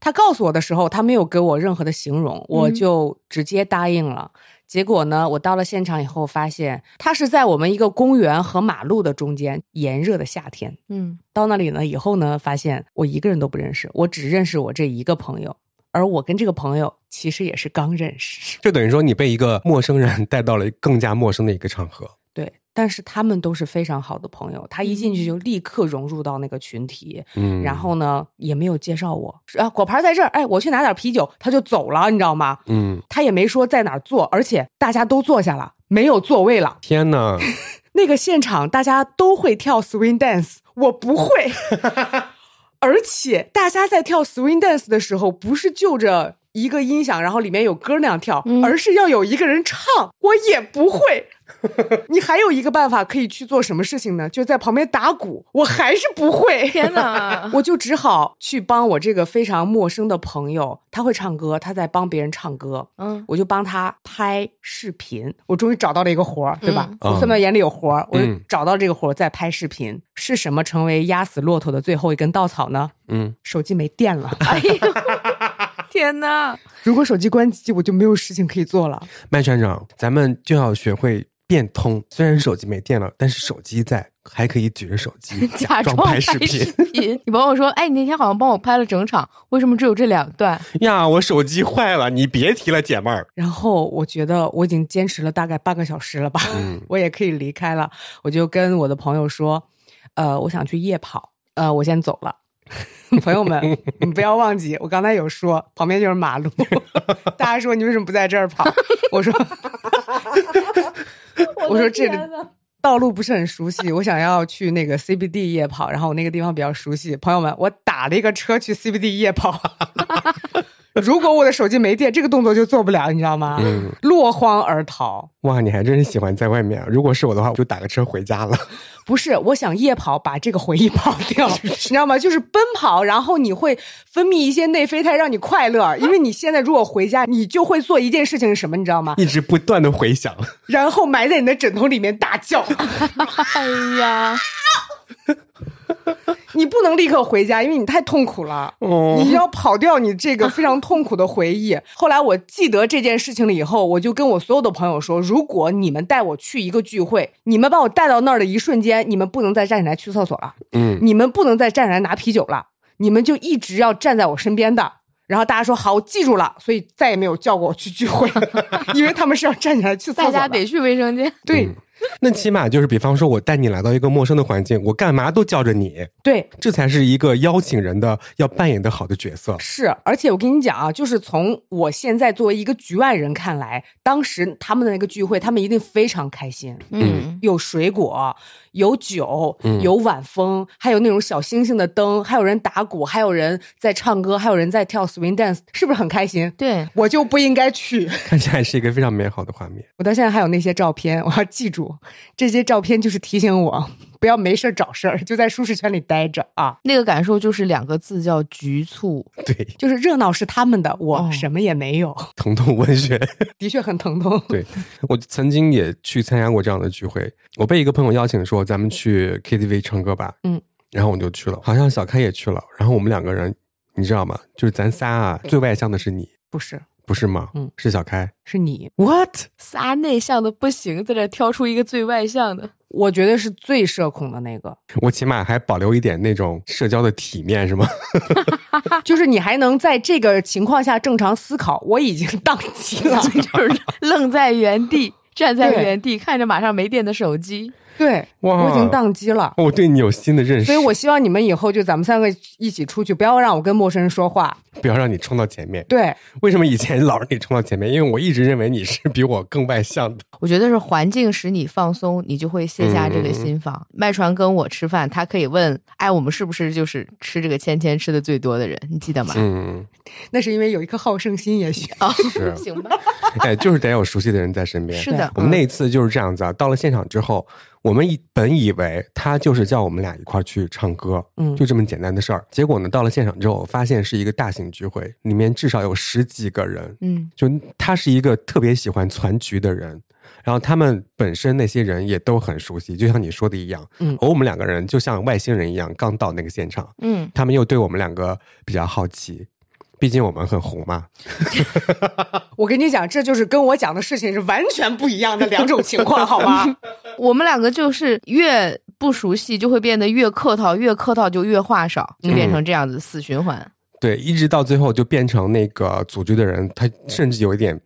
Speaker 2: 他告诉我的时候，他没有给我任何的形容，我就直接答应了。结果呢，我到了现场以后，发现他是在我们一个公园和马路的中间，炎热的夏天。
Speaker 3: 嗯，
Speaker 2: 到那里呢以后呢，发现我一个人都不认识，我只认识我这一个朋友，而我跟这个朋友其实也是刚认识。
Speaker 1: 就等于说你被一个陌生人带到了更加陌生的一个场合。
Speaker 2: 对，但是他们都是非常好的朋友，他一进去
Speaker 3: 嗯
Speaker 2: 就立刻融入到那个群体，
Speaker 1: 嗯，
Speaker 2: 然后呢也没有介绍我，说啊，果盘在这儿，哎，我去拿点啤酒，他就走了，你知道吗？
Speaker 1: 嗯，
Speaker 2: 他也没说在哪儿坐，而且大家都坐下了，没有座位了。
Speaker 1: 天 呐，
Speaker 2: 那个现场大家都会跳 swing dance，我不会。 而且大家在跳 swing dance 的时候，不是就着一个音响，然后里面有歌那样跳，
Speaker 3: 嗯
Speaker 2: 而是要有一个人唱，我也不会。 你还有一个办法可以去做什么事情呢？就在旁边打鼓，我还是不会。！
Speaker 3: 天 哪
Speaker 2: 我就只好去帮我这个非常陌生的朋友，他会唱歌，他在帮别人唱歌，
Speaker 3: 嗯，
Speaker 2: 我就帮他拍视频，我终于找到了一个活儿，对吧？
Speaker 1: 嗯
Speaker 2: 我算到眼里有活儿，我就
Speaker 1: 嗯
Speaker 2: 找到这个活儿再拍视频。是什么成为压死骆驼的最后一根稻草呢？
Speaker 1: 嗯，
Speaker 2: 手机没电了，
Speaker 3: 哎呦，天哪！
Speaker 2: 如果手机关机，我就没有事情可以做了。
Speaker 1: 麦船长，咱们就要学会变通。虽然手机没电了，但是手机在，还可以举着手机
Speaker 3: 假装
Speaker 1: 拍
Speaker 3: 拍
Speaker 1: 视频
Speaker 3: 频。你朋友说：“哎，你那天好像帮我拍了整场，为什么只有这两段
Speaker 1: 呀！我手机坏了，你别提了，姐妹儿。
Speaker 2: 然后我觉得我已经坚持了大概半个小时了吧，
Speaker 1: 嗯
Speaker 2: 我也可以离开了。我就跟我的朋友说，呃，我想去夜跑，呃，我先走了。 朋友们，你不要忘记，我刚才有说旁边就是马路， 大家说你为什么不在这儿跑？ 我说，我说这里道路不是很熟悉，我 想要去那个 CBD 夜跑，然后我那个地方比较熟悉。朋友们，我打了一个车去 CBD 夜跑。 如果我的手机没电，这个动作就做不了，你知道吗？
Speaker 1: 嗯
Speaker 2: 落荒而逃。
Speaker 1: 哇，你还真是喜欢在外面啊！如果是我的话，我就打个车回家了。
Speaker 2: 不是，我想夜跑把这个回忆跑掉，你知道吗？就是奔跑，然后你会分泌一些内啡肽，让你快乐。因为你现在如果回家，你就会做一件事情是什么，你知道吗？
Speaker 1: 一直不断的回 想，
Speaker 2: 然后埋在你的枕头里面大叫。？”
Speaker 3: 哎呀，
Speaker 2: 你不能立刻回家，因为你太痛苦了。
Speaker 1: 哦，
Speaker 2: 你要跑掉你这个非常痛苦的回忆。 后来我记得这件事情了以后，我就跟我所有的朋友说，如果你们带我去一个聚会，你们把我带到那儿的一瞬间，你们不能再站起来去厕所了，
Speaker 1: 嗯，
Speaker 2: 你们不能再站起来拿啤酒了，你们就一直要站在我身边的。然后大家说好，我记住了，所以再也没有叫过我去聚会， 因为他们是要站起来去厕
Speaker 3: 大
Speaker 2: 所的。
Speaker 3: 家
Speaker 1: 嗯
Speaker 3: 得去卫生间。
Speaker 2: 对、
Speaker 1: 那起码就是，比方说，我带你来到一个陌生的环境，我干嘛都叫着你，
Speaker 2: 对，
Speaker 1: 这才是一个邀请人的要扮演的好的角 色。
Speaker 2: 是，而且我跟你讲啊，就是从我现在作为一个局外人看来，当时他们的那个聚会，他们一定非常开心。
Speaker 1: 嗯
Speaker 3: 嗯，
Speaker 2: 有水果，有酒
Speaker 1: 嗯，
Speaker 2: 有晚风，还有那种小星星的灯，还有人打鼓，还有人在唱歌，还有人在跳 swing dance，是不是很开心？
Speaker 3: 对，
Speaker 2: 我就不应该去。
Speaker 1: 看起来是一个非常美好的画面。
Speaker 2: 我到现在还有那些照片，我要记住这些照片，就是提醒我不要没事儿找事儿，就在舒适圈里待着啊。
Speaker 3: 那个感受就是两个字叫局促。
Speaker 1: 对，
Speaker 2: 就是热闹是他们的，我
Speaker 3: 哦
Speaker 2: 什么也没有，
Speaker 1: 疼痛文学。
Speaker 2: 的确很疼痛。
Speaker 1: 对我曾经也去参加过这样的聚会，我被一个朋友邀请说咱们去 KTV 唱歌吧，
Speaker 2: 嗯，
Speaker 1: 然后我就去了，好像小开也去了，然后我们两个人，你知道吗？就是咱仨啊，最外向的是你，
Speaker 2: 不是，
Speaker 1: 不是吗？
Speaker 2: 嗯，
Speaker 1: 是小开。
Speaker 2: 是你
Speaker 1: What？
Speaker 3: 仨内向的不行，在这挑出一个最外向 的。
Speaker 2: 我觉得是最社恐的那个，
Speaker 1: 我起码还保留一点那种社交的体面，是吗？
Speaker 2: 就是你还能在 这个情况下正常思考，我已经宕机了。
Speaker 3: 就是愣在原地，站在
Speaker 2: 对
Speaker 3: 原地看着马上没电的手机。
Speaker 2: 对，
Speaker 1: 哇
Speaker 2: 我已经宕机了。
Speaker 1: 我对你有新的认识，
Speaker 2: 所以，我希望你们以后就咱们三个一起出去，不要让我跟陌生人说话。
Speaker 1: 不要让你冲到前面。
Speaker 2: 对，
Speaker 1: 为什么以前老让你冲到前面？因为我一直认为你是比我更外向 的。
Speaker 3: 我觉得是环境使你放松，你就会卸下这
Speaker 1: 嗯
Speaker 3: 个心防。麦传跟我吃饭，他可以问，哎，我们是不是就是吃这个芊芊吃的最多的人？你记得吗？
Speaker 1: 嗯，
Speaker 2: 那是因为有一颗好胜心，也许。
Speaker 3: 啊，
Speaker 1: 是
Speaker 3: 行吧，
Speaker 1: 哎，就是得有熟悉的人在身边。
Speaker 3: 是的，
Speaker 1: 我们
Speaker 3: 嗯
Speaker 1: 那一次就是这样子啊，到了现场之后，我们以本以为他就是叫我们俩一块儿去唱歌，
Speaker 2: 嗯
Speaker 1: 就这么简单的事儿。结果呢，到了现场之后，我发现是一个大型聚会，里面至少有十几个人。
Speaker 3: 嗯，
Speaker 1: 就他是一个特别喜欢攒局的人，然后他们本身那些人也都很熟悉，就像你说的一样，
Speaker 2: 嗯
Speaker 1: 而我们两个人就像外星人一样，刚到那个现场，
Speaker 3: 嗯，
Speaker 1: 他们又对我们两个比较好奇，毕竟我们很红嘛，
Speaker 2: 我跟你讲，这就是跟我讲的事情是完全不一样的两种情况，好吗？
Speaker 3: 我们两个就是越不熟悉，就会变得越客套，越客套就越话少，就
Speaker 1: 嗯
Speaker 3: 变成这样子死循环。
Speaker 1: 对，一直到最后就变成那个组织的人，他甚至有一点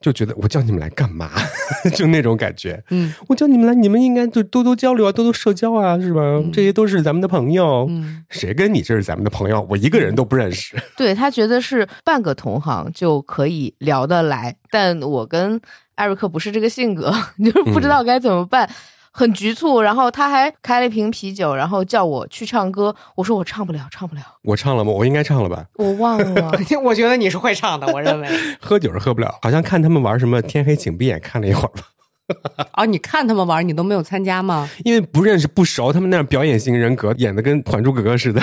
Speaker 1: 就觉得我叫你们来干嘛， 就那种感觉。
Speaker 2: 嗯
Speaker 1: 我叫你们来，你们应该就多多交流啊，多多社交啊，是吧？这些都是咱们的朋友。
Speaker 2: 嗯，
Speaker 1: 谁跟你这是咱们的朋友？我一个人都不认识。
Speaker 3: 对他觉得是半个同行就可以聊得来，但我跟艾瑞克不是这个性格， 就是
Speaker 1: 嗯
Speaker 3: 不知道该怎么办。很局促，然后他还开了一瓶啤酒，然后叫我去唱歌。我说我唱不了，唱不了，
Speaker 1: 我唱了吗？我应该唱了吧？
Speaker 3: 我忘了。
Speaker 2: 我觉得你是会唱的，我认为。
Speaker 1: 喝酒是喝不了，好像看他们玩什么《天黑请闭眼》看了一会儿吧，
Speaker 2: 哦，你看他们玩，你都没有参加吗？
Speaker 1: 因为不认识不熟，他们那样表演型人格演的跟《还珠格格》似 的，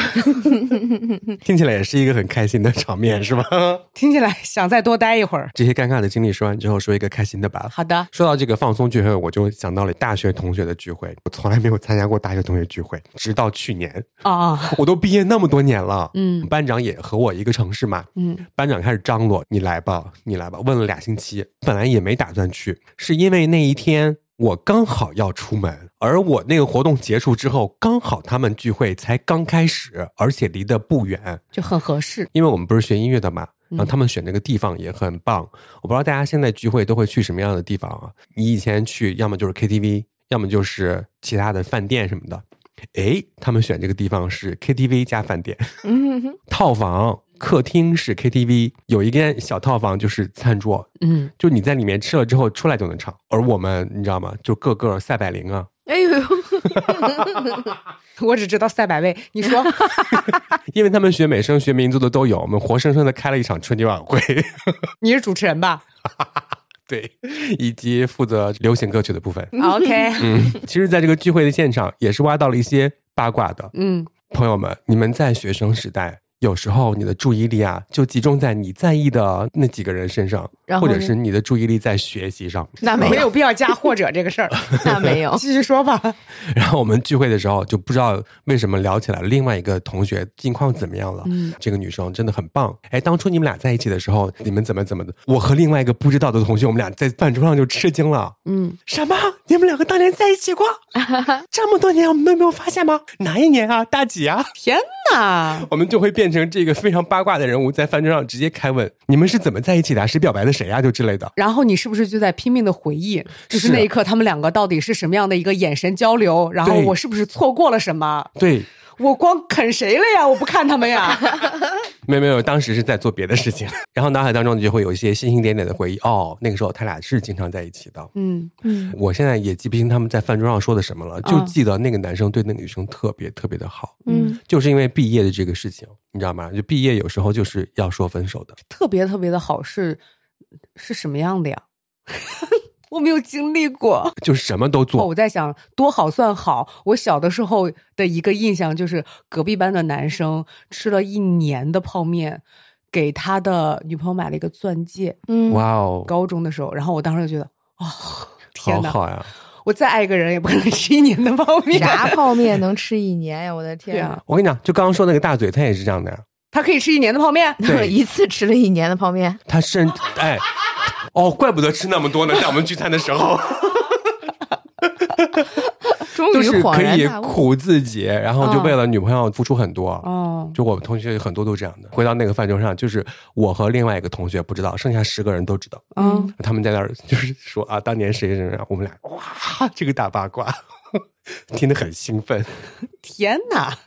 Speaker 1: 听起来也是一个很开心的场面，是吧？
Speaker 2: 听起来想再多待一会儿。
Speaker 1: 这些尴尬的经历说完之后，说一个开心的吧。
Speaker 2: 好的，
Speaker 1: 说到这个放松聚会，我就想到了大学同学的聚会。我从来没有参加过大学同学聚会，直到去年，
Speaker 2: 啊、啊，
Speaker 1: 我都毕业那么多年了。
Speaker 2: 嗯
Speaker 1: 班长也和我一个城市嘛，
Speaker 2: 嗯
Speaker 1: 班长开始张罗，你来吧，你来吧。问了俩星期，本来也没打算去，是因为那一天我刚好要出门，而我那个活动结束之后，刚好他们聚会才刚开始，而且离得不远。
Speaker 2: 就很合适。
Speaker 1: 因为我们不是学音乐的嘛，
Speaker 2: 嗯
Speaker 1: 然后他们选那个地方也很棒。我不知道大家现在聚会都会去什么样的地方啊？你以前去要么就是 KTV，要么就是其他的饭店什么的。诶，他们选这个地方是 KTV 加饭店，
Speaker 3: 嗯哼哼
Speaker 1: 套房、客厅是 KTV，有一间小套房就是餐桌，
Speaker 2: 嗯，
Speaker 1: 就你在里面吃了之后出来就能唱。而我们你知道吗？就个个赛百灵啊，
Speaker 3: 哎呦，
Speaker 2: 我只知道赛百味。你说
Speaker 1: 因为他们学美声、学民族的都有，我们活生生的开了一场春节晚会。
Speaker 2: 你是主持人吧
Speaker 1: 对，以及负责流行歌曲的部分。
Speaker 2: ？OK，
Speaker 1: 嗯，其实，在这个聚会的现场，也是挖到了一些八卦的。
Speaker 2: 嗯，
Speaker 1: 朋友们，你们在学生时代，有时候你的注意力啊，就集中在你在意的那几个人身上，
Speaker 3: 然后
Speaker 1: 或
Speaker 3: 呢
Speaker 1: 者是你的注意力在学习上。
Speaker 3: 那没
Speaker 2: 没
Speaker 3: 有，
Speaker 2: 有必要加或者这个 事儿，
Speaker 3: 那没有。
Speaker 2: 继续说吧。
Speaker 1: 然后我们聚会的时候，就不知道为什么聊起来另外一个同学近况怎么样了。
Speaker 2: 嗯
Speaker 1: 这个女生真的很棒。哎，当初你们俩在一起的时候，你们怎么怎么的？我和另外一个不知道的同学，我们俩在饭桌上就吃惊了。
Speaker 2: 嗯，
Speaker 1: 什么？你们两个当年在一起过？ 这么多年我们都没有发现吗？哪一年啊？大几啊？
Speaker 2: 天哪，
Speaker 1: 我们就会变成这个非常八卦的人物，在饭桌上直接开问：你们是怎么在一起的啊？谁表白的谁啊？就之类的。
Speaker 2: 然后你是不是就在拼命的回忆，就是
Speaker 1: 是
Speaker 2: 那一刻他们两个到底是什么样的一个眼神交流？然后
Speaker 1: 对
Speaker 2: 我是不是错过了什么？
Speaker 1: 对，
Speaker 2: 我光啃谁了呀？我不看他们呀。
Speaker 1: 没有没有，当时是在做别的事情， 然后脑海当中就会有一些星星点点的回忆。哦，那个时候他俩是经常在一起的。
Speaker 2: 嗯
Speaker 3: 嗯，
Speaker 1: 我现在也记不清他们在饭桌上说的什么了，就
Speaker 2: 嗯
Speaker 1: 记得那个男生对那个女生特别特别的好，
Speaker 3: 嗯，
Speaker 1: 就是因为毕业的这个事情，你知道吗？就毕业有时候就是要说分手的。
Speaker 2: 特别特别的好是是什么样的呀？ 我没有经历过。
Speaker 1: 就是什么都
Speaker 2: 哦，
Speaker 1: 做，
Speaker 2: 我在想多好算好。我小的时候的一个印象就是，隔壁班的男生吃了一年的泡面，给他的女朋友买了一个钻戒。
Speaker 3: 嗯，
Speaker 1: 哇哦，
Speaker 2: 高中的时候，然后我当时就觉得，哦，天
Speaker 1: 好
Speaker 2: 哪！
Speaker 1: 好呀！
Speaker 2: 我再爱一个人也不可能吃一年的泡面。
Speaker 3: 啥泡面能吃一年呀？我的
Speaker 2: 对
Speaker 3: 天啊！
Speaker 2: 啊，
Speaker 1: 我跟你讲，就刚刚说那个大嘴，他也是这样 的呀。
Speaker 2: 他可以吃一年的泡面。
Speaker 1: 对
Speaker 3: 一次吃了一年的泡面，
Speaker 1: 他甚哎，哦，怪不得吃那么多呢，在我们聚餐的时候。
Speaker 3: 终
Speaker 1: 都
Speaker 3: 于
Speaker 1: 是
Speaker 3: 恍
Speaker 1: 可
Speaker 3: 然
Speaker 1: 以
Speaker 3: 大悟。
Speaker 1: 苦自己，然后就
Speaker 2: 嗯
Speaker 1: 为了女朋友付出很多。
Speaker 2: 哦，
Speaker 1: 就我们同学很多都这样的。回到那个饭桌上，就是我和另外一个同学不知道，剩下十个人都知道。
Speaker 2: 嗯，
Speaker 1: 他们在那儿就是说啊，当年谁谁谁，我们俩哇，这个大八卦， 听得很兴奋。
Speaker 2: 天哪，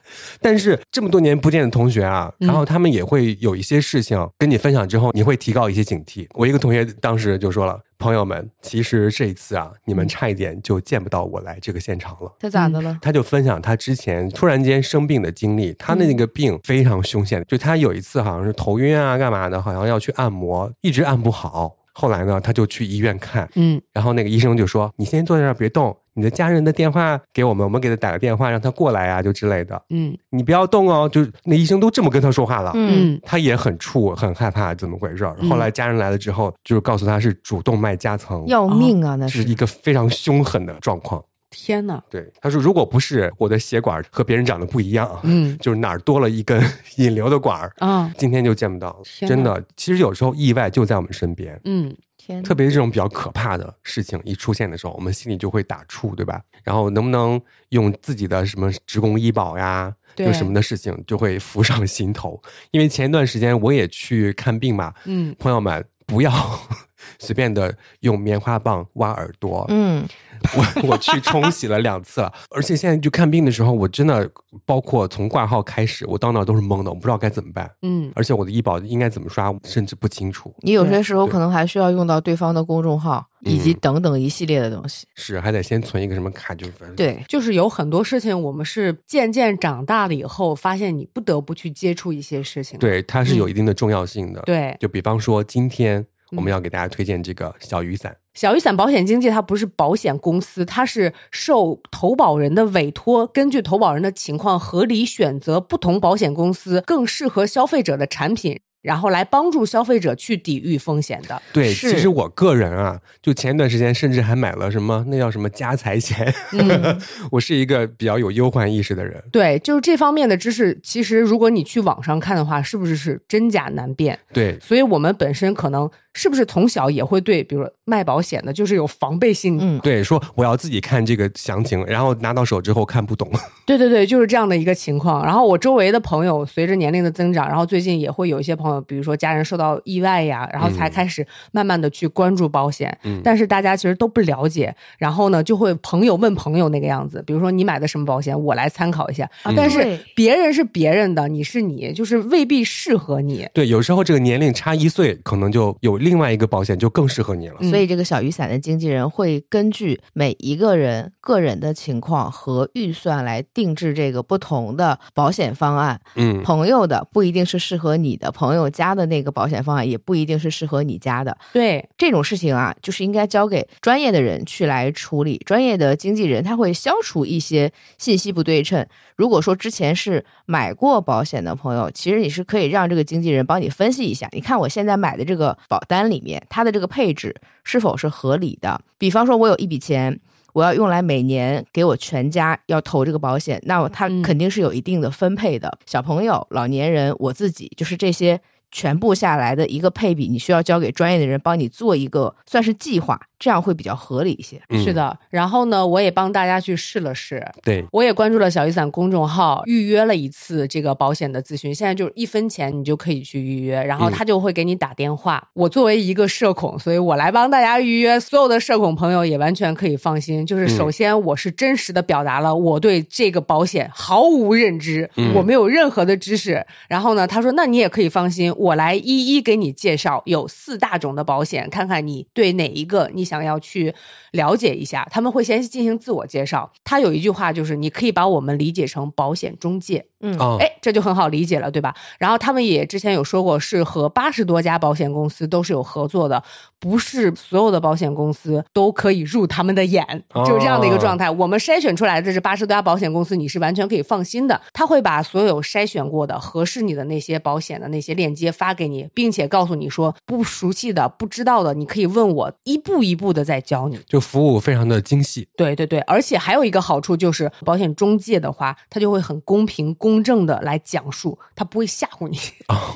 Speaker 1: 但是这么多年不见的同学啊，
Speaker 2: 嗯
Speaker 1: 然后他们也会有一些事情跟你分享之后，你会提高一些警惕。我一个同学当时就说了：“朋友们，其实这一次啊，你们差一点就见不到我来这个现场了。”
Speaker 3: 他咋的了？
Speaker 1: 他就分享他之前突然间生病的经历，他
Speaker 3: 嗯
Speaker 1: 那个病非常凶险，就他有一次好像是头晕啊，干嘛的，好像要去按摩，一直按不好。后来呢，他就去医院看，
Speaker 2: 嗯
Speaker 1: 然后那个医生就说：“你先坐在那儿别动，你的家人的电话给我们，我们给他打个电话让他过来啊，就之类的。
Speaker 2: 嗯
Speaker 1: 你不要动哦。”就那医生都这么跟他说话了，
Speaker 3: 嗯，
Speaker 2: 嗯，
Speaker 1: 他也很怵，很害怕，怎么回事儿？
Speaker 2: 嗯
Speaker 1: 后来家人来了之后，就是告诉他是主动脉夹层，
Speaker 3: 要命啊！那
Speaker 1: 是
Speaker 3: 是
Speaker 1: 一个非常凶狠的状况。
Speaker 2: 天哪，
Speaker 1: 对，他说如果不是我的血管和别人长得不一样啊，
Speaker 2: 嗯
Speaker 1: 就是哪儿多了一根 引流的管儿，
Speaker 2: 啊，
Speaker 1: 今天就见不到了。
Speaker 2: 天
Speaker 1: 真
Speaker 2: 哪
Speaker 1: 的，其实有时候意外就在我们身边，
Speaker 2: 嗯
Speaker 3: 天哪，
Speaker 1: 特别是这种比较可怕的事情一出现的时候，我们心里就会打怵，对吧？然后能不能用自己的什么职工医保呀，
Speaker 2: 对
Speaker 1: 就什么的事情就会浮上心头。因为前一段时间我也去看病嘛，
Speaker 2: 嗯，
Speaker 1: 朋友们不要 随便的用棉花棒挖耳朵，
Speaker 3: 嗯，
Speaker 1: 我 我去冲洗了两次了，而且现在去看病的时候，我真的包括从挂号开始，我到那儿都是懵的，我不知道该怎么办，
Speaker 2: 嗯
Speaker 1: 而且我的医保应该怎么刷，甚至不清楚，
Speaker 3: 你有些时候
Speaker 1: 对
Speaker 3: 可能还需要用到对方的公众号以及
Speaker 1: 嗯
Speaker 3: 等等一系列的东西。
Speaker 1: 是还得先存一个什么卡，就是反正，
Speaker 3: 对，
Speaker 2: 就是有很多事情，我们是渐渐长大了以后，发现你不得不去接触一些事情。
Speaker 1: 对，它
Speaker 3: 嗯
Speaker 1: 是有一定的重要性的。，
Speaker 2: 对，
Speaker 1: 就比方说今天我们要给大家推荐这个小雨伞，
Speaker 2: 小雨伞保险经纪它不是保险公司，它是受投保人的委托，根据投保人的情况合理选择不同保险公司更适合消费者的产品，然后来帮助消费者去抵御风险的。
Speaker 1: 对，
Speaker 3: 是
Speaker 1: 其实我个人啊，就前一段时间甚至还买了什么那叫什么家财险，
Speaker 2: 嗯
Speaker 1: 我是一个比较有忧患意识的人。
Speaker 2: 对，就是这方面的知识，其实如果你去网上看的话，是不是是真假难辨？
Speaker 1: 对，
Speaker 2: 所以我们本身可能是不是从小也会对，比如说卖保险的，就是有防备心。
Speaker 3: 嗯，
Speaker 1: 对，说我要自己看这个详情，然后拿到手之后看不懂。
Speaker 2: 对对对，就是这样的一个情况。然后我周围的朋友随着年龄的增长，然后最近也会有一些朋友，比如说家人受到意外呀，然后才开始慢慢的去关注保险。
Speaker 1: 嗯
Speaker 2: 但是大家其实都不了解，然后呢就会朋友问朋友那个样子，比如说你买的什么保险，我来参考一下。
Speaker 1: 嗯
Speaker 3: 啊
Speaker 2: 但是
Speaker 3: 对
Speaker 2: 别人是别人的，你是你，就是未必适合你。
Speaker 1: 对，有时候这个年龄差一岁，可能就有另外一个保险就更适合你了。
Speaker 2: 嗯
Speaker 3: 所以这个小雨伞的经纪人会根据每一个人个人的情况和预算来定制这个不同的保险方案。
Speaker 1: 嗯，
Speaker 3: 朋友的不一定是适合你的，朋友家的那个保险方案也不一定是适合你家的。
Speaker 2: 对，
Speaker 3: 这种事情啊，就是应该交给专业的人去来处理。专业的经纪人他会消除一些信息不对称。如果说之前是买过保险的朋友，其实你是可以让这个经纪人帮你分析一下。你看我现在买的这个保单里面，它的这个配置是否是合理的？比方说，我有一笔钱。我要用来每年给我全家要投这个保险，那我它
Speaker 2: 嗯
Speaker 3: 肯定是有一定的分配的。小朋友、老年人、我自己，就是这些全部下来的一个配比，你需要交给专业的人帮你做一个算是计划，这样会比较合理一些。
Speaker 1: 嗯
Speaker 2: 是，的。然后呢，我也帮大家去试了试，
Speaker 1: 对，
Speaker 2: 我也关注了小雨伞公众号，预约了一次这个保险的咨询，现在就是一分钱你就可以去预约，然后
Speaker 1: 嗯
Speaker 2: 他就会给你打电话。我作为一个社恐，所以我来帮大家预约，所有的社恐朋友也完全可以放心。就是
Speaker 1: 嗯
Speaker 2: 首先我是真实的表达了我对这个保险毫无认知，
Speaker 1: 嗯
Speaker 2: 我没有任何的知识。然后呢，他说那你也可以放心，我来一一给你介绍，有四大种的保险，看看你对哪一个你想要去了解一下。他们会先进行自我介绍，他有一句话就是你可以把我们理解成保险中介，
Speaker 3: 嗯
Speaker 1: 啊、
Speaker 2: 哎，这就很好理解了，对吧？然后他们也之前有说过，是和八十多家保险公司都是有合作的，不是所有的保险公司都可以入他们的眼，
Speaker 1: 哦
Speaker 2: 就是这样的一个状态。我们筛选出来的这八十多家保险公司，你是完全可以放心的。他会把所有筛选过的合适你的那些保险的那些链接发给你，并且告诉你说不熟悉的、不知道的，你可以问我，一步一步的再教你。
Speaker 1: 就服务非常的精细。
Speaker 2: 对对对，而且还有一个好处就是，保险中介的话，他就会很公平公公正的来讲述，他不会吓唬你，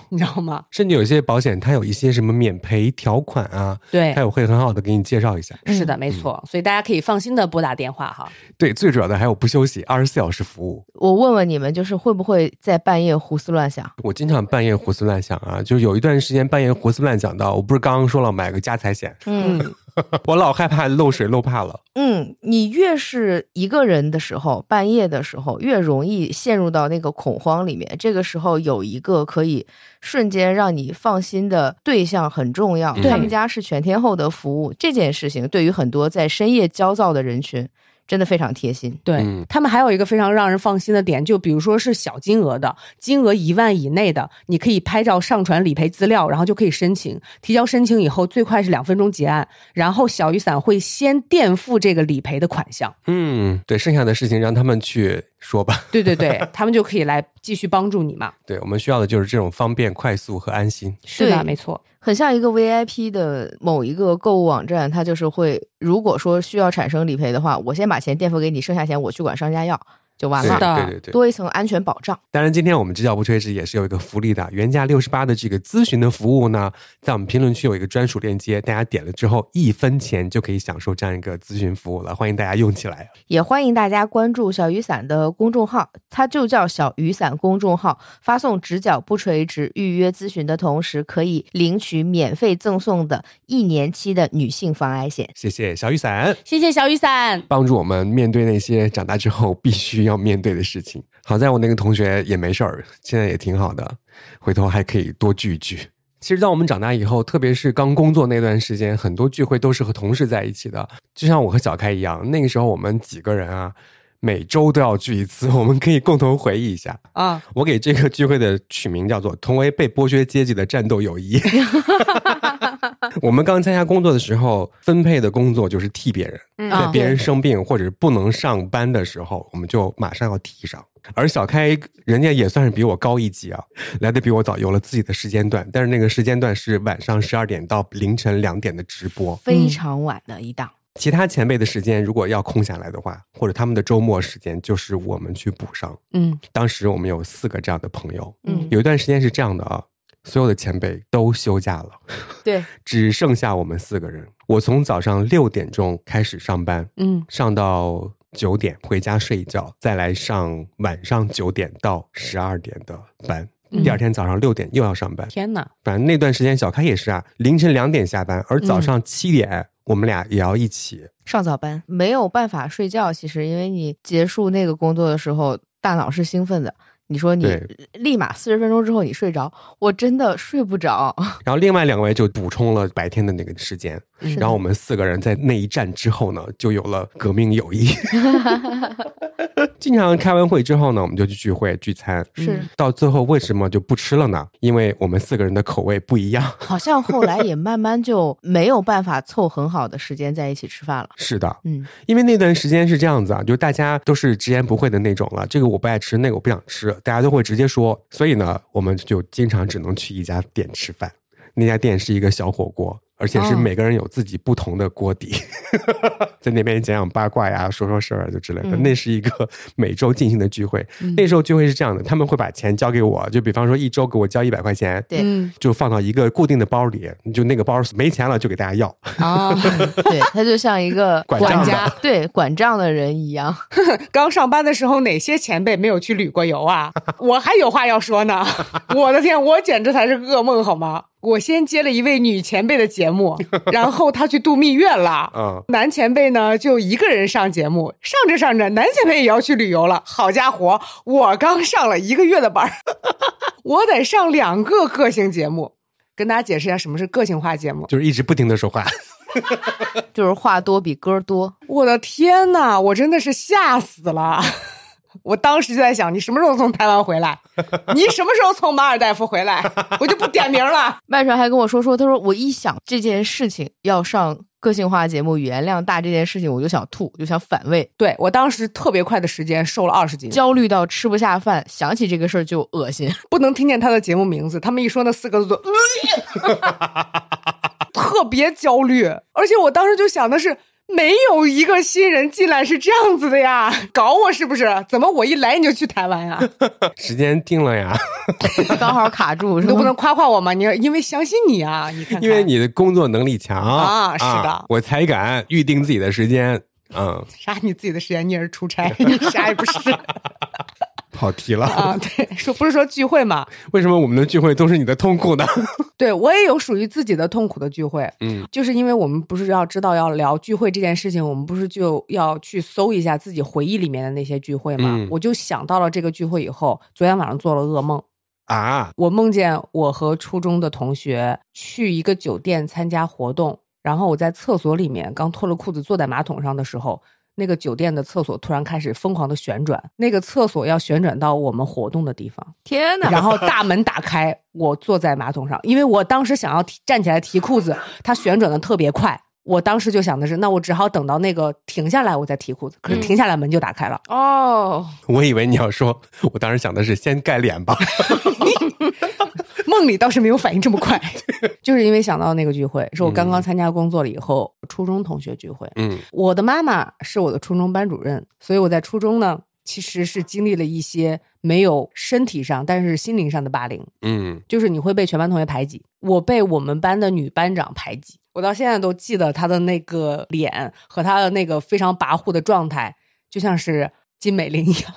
Speaker 2: 你知道吗？
Speaker 1: 甚至有一些保险它有一些什么免赔条款啊，
Speaker 2: 对
Speaker 1: 它，也会很好的给你介绍一下。
Speaker 2: 是的，没错。所以大家可以放心的拨打电话哈。
Speaker 1: 对，最主要的还有不休息，二十四小时服务。
Speaker 3: 我问问你们，就是会不会在半夜胡思乱想？
Speaker 1: 我经常半夜胡思乱想啊，就有一段时间半夜胡思乱想到，我不是刚刚说了买个家财险，
Speaker 3: 嗯
Speaker 2: 嗯，
Speaker 1: 我老害怕漏水漏怕了。
Speaker 3: 嗯，你越是一个人的时候，半夜的时候，越容易陷入到那个恐慌里面。这个时候有一个可以瞬间让你放心的对象很重要。
Speaker 1: 对
Speaker 3: 他们家是全天候的服务，这件事情对于很多在深夜焦躁的人群，真的非常贴心。
Speaker 2: 对、
Speaker 1: 嗯
Speaker 2: 他们还有一个非常让人放心的点，就比如说是小金额的，金额一万以内的，你可以拍照上传理赔资料，然后就可以申请。提交申请以后，最快是两分钟结案，然后小雨伞会先垫付这个理赔的款项。
Speaker 1: 嗯，对，剩下的事情让他们去说吧。
Speaker 2: 对对对，他们就可以来继续帮助你嘛。
Speaker 1: 对我们需要的就是这种方便、快速和安心。
Speaker 2: 是的，
Speaker 3: 对
Speaker 2: 没错。
Speaker 3: 很像一个 VIP 的某一个购物网站，它就是会，如果说需要产生理赔的话，我先把钱垫付给你，剩下钱我去管商家要就完
Speaker 1: 对
Speaker 2: 是
Speaker 3: 了，
Speaker 2: 的
Speaker 1: 对对对。
Speaker 3: 多一层安全保障。
Speaker 1: 当然，今天我们这叫不吹是也是有一个福利的，原价六十八的这个咨询的服务呢，在我们评论区有一个专属链接，大家点了之后一分钱就可以享受这样一个咨询服务了，欢迎大家用起来。
Speaker 3: 也欢迎大家关注小雨伞的公众号，它就叫小雨伞公众号。发送“直角不垂直”预约咨询的同时，可以领取免费赠送的一年期的女性防癌险。
Speaker 1: 谢谢小雨伞。
Speaker 2: 谢谢小雨伞。
Speaker 1: 帮助我们面对那些长大之后必须要面对的事情。 好在我那个同学也没事儿，现在也挺好的，回头还可以多聚一聚。其实，当我们长大以后，特别是刚工作那段时间，很多聚会都是和同事在一起的。就像我和小开一样，那个时候我们几个人啊，每周都要聚一次，我们可以共同回忆一下。
Speaker 2: 啊、
Speaker 1: 我给这个聚会的取名叫做“同为被剥削阶级的战斗友谊” 。我们刚参加工作的时候，分配的工作就是替别人，
Speaker 2: 嗯
Speaker 1: 在
Speaker 3: 啊
Speaker 1: 别人生病或者不能上班的时候，我们就马上要替上。而小开人家也算是比我高一级啊，来的比我早，有了自己的时间段，但是那个时间段是晚上十二点到凌晨两点的直播。
Speaker 3: 非常晚的一档，
Speaker 1: 其他前辈的时间如果要空下来的话，或者他们的周末时间，就是我们去补上。
Speaker 2: 嗯
Speaker 1: 当时我们有四个这样的朋友，
Speaker 2: 嗯
Speaker 1: 有一段时间是这样的啊，所有的前辈都休假了，
Speaker 3: 对，
Speaker 1: 只剩下我们四个人。我从早上六点钟开始上班，
Speaker 2: 嗯，
Speaker 1: 上到九点，回家睡一觉，再来上晚上九点到十二点的班。
Speaker 2: 嗯
Speaker 1: 第二天早上六点又要上班，
Speaker 2: 天哪，
Speaker 1: 反正那段时间小开也是啊，凌晨两点下班，而早
Speaker 2: 嗯
Speaker 1: 上七点我们俩也要一起。
Speaker 3: 上早班没有办法睡觉，其实因为你结束那个工作的时候，大脑是兴奋的。你说你
Speaker 1: 对
Speaker 3: 立马四十分钟之后你睡着，我真的睡不着。
Speaker 1: 然后另外两位就补充了白天的那个时间，
Speaker 2: 嗯
Speaker 3: 是的
Speaker 1: 然后我们四个人在那一战之后呢，就有了革命友 谊。 经常开完会之后呢，我们就去聚会聚餐。
Speaker 3: 是
Speaker 2: 嗯
Speaker 1: 到最后为什么就不吃了呢？因为我们四个人的口味不一样。
Speaker 3: 好像后来也慢慢就没有办法凑很好的时间在一起吃饭了。
Speaker 1: 是的，
Speaker 3: 嗯，
Speaker 1: 因为那段时间是这样子啊，就大家都是直言不讳的那种了，这个我不爱吃，那个我不想吃，大家都会直接说。所以呢，我们就经常只能去一家店吃饭。那家店是一个小火锅，而且是
Speaker 3: 哦
Speaker 1: 每个人有自己不同的锅底， 在那边讲讲八卦呀，说说事儿啊，就之类的。
Speaker 3: 嗯
Speaker 1: 那是一个 每周进行的聚会。那时候聚会是这样的，他们会把钱交给我，就比方说一周给我交一百块钱。
Speaker 3: 对
Speaker 2: 嗯
Speaker 1: 就放到一个固定的包里，就那个包没钱了就给大家要，
Speaker 2: 啊，
Speaker 3: 对，他就像 一个
Speaker 1: 管
Speaker 2: 账的
Speaker 3: 家，对管账的人一样。
Speaker 2: 刚上班的时候，哪些前辈没有去旅过游 啊？我还有话要说 呢！我的天，我简直才是噩梦好吗？我先接了一位女前辈的节 目，然后她去度蜜月了。
Speaker 1: 嗯，
Speaker 2: 男前辈呢，就一个人上节目，上着上着，男前辈也要去旅游了。好家伙，我刚上了一个月的班儿， 我得上两个个性节目。跟大家解释一下什么是个性化节目。
Speaker 1: 就是一直不停的说话。
Speaker 3: 就是话多比歌多，
Speaker 2: 我的天呐，我真的是吓死了！我当时就在想，你什么时候从台湾回来？你什么时候从马尔代夫回来？我就不点名了。
Speaker 3: 麦船还跟我说说，他说我一想这件事情要上个性化节目，语言量大这件事情，我就想吐，就想反胃，
Speaker 2: 对我当时特别快的时间瘦了二十斤，
Speaker 3: 焦虑到吃不下饭，想起这个事儿就恶心。
Speaker 2: 不能听见他的节目名字，他们一说那四个 字就，特别焦虑。而且我当时就想的是，没有一个新人进来是这样子的呀，搞我是不是？怎么我一来你就去台湾呀？
Speaker 1: 时间定了呀，
Speaker 3: 刚好卡 住，
Speaker 2: 你
Speaker 3: 是
Speaker 2: 都
Speaker 3: 吗
Speaker 2: 不能夸夸我吗？你因为相信你啊，你看看
Speaker 1: 因为你的工作能力强
Speaker 2: 啊是的
Speaker 1: 啊我才敢预定自己的时间。嗯，
Speaker 2: 啥你自己的时间，你也是出差， 你啥也不是
Speaker 1: 跑题了。
Speaker 2: 啊。对，说不是说聚会嘛？
Speaker 1: 为什么我们的聚会都是你的痛苦呢？
Speaker 2: 对我也有属于自己的痛苦的聚会，
Speaker 1: 嗯，
Speaker 2: 就是因为我们不是要知道要聊聚会这件事情，我们不是就要去搜一下自己回忆里面的那些聚会嘛？
Speaker 1: 嗯
Speaker 2: 我就想到了这个聚会以后，昨天晚上做了噩梦，
Speaker 1: 啊，
Speaker 2: 我梦见我和初中的同学去一个酒店参加活动，然后我在厕所里面刚脱了裤子坐在马桶上的时候，那个酒店的厕所突然开始疯狂的旋转，那个厕所要旋转到我们活动的地方，
Speaker 3: 天哪！
Speaker 2: 然后大门打开，我坐在马桶上，因为我当时想要提站起来提裤子，它旋转的特别快。我当时就想的是，那我只好等到那个停下来，我再提裤子。可是停下来门就打开了，
Speaker 3: 哦，
Speaker 1: 我以为你要说，我当时想的是先盖脸吧。
Speaker 2: 梦里倒是没有反应这么快， 就是因为想到那个聚会，是我刚刚参加工作了以后，初中同学聚会。
Speaker 1: 嗯
Speaker 2: 我的妈妈是我的初中班主任，所以我在初中呢，其实是经历了一些没有身体上，但是心灵上的霸凌，
Speaker 1: 嗯，
Speaker 2: 就是你会被全班同学排挤。我被我们班的女班长排挤，我到现在都记得她的那个脸和她的那个非常跋扈的状态，就像是金美玲一样。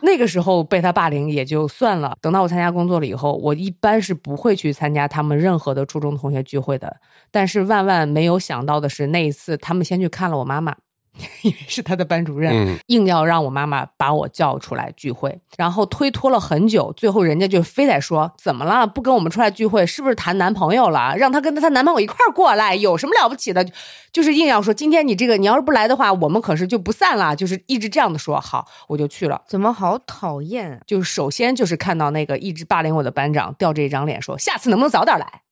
Speaker 2: 那个时候被他霸凌也就算了，等到我参加工作了以后，我一般是不会去参加他们任何的初中同学聚会的。但是万万没有想到的是，那一次他们先去看了我妈妈， 因为是他的班主任，
Speaker 1: 嗯
Speaker 2: 硬要让我妈妈把我叫出来聚会，然后推脱了很久，最后人家就非得说怎么了，不跟我们出来聚会，是不是谈男朋友了？让她跟她男朋友一块儿过来，有什么了不起的？就是硬要说今天你这个你要是不来的话，我们可是就不散了，就是一直这样的说。好，我就去了。
Speaker 3: 怎么好讨厌啊？
Speaker 2: 就是首先就是看到那个一直霸凌我的班长掉这一张脸说，下次能不能早点来？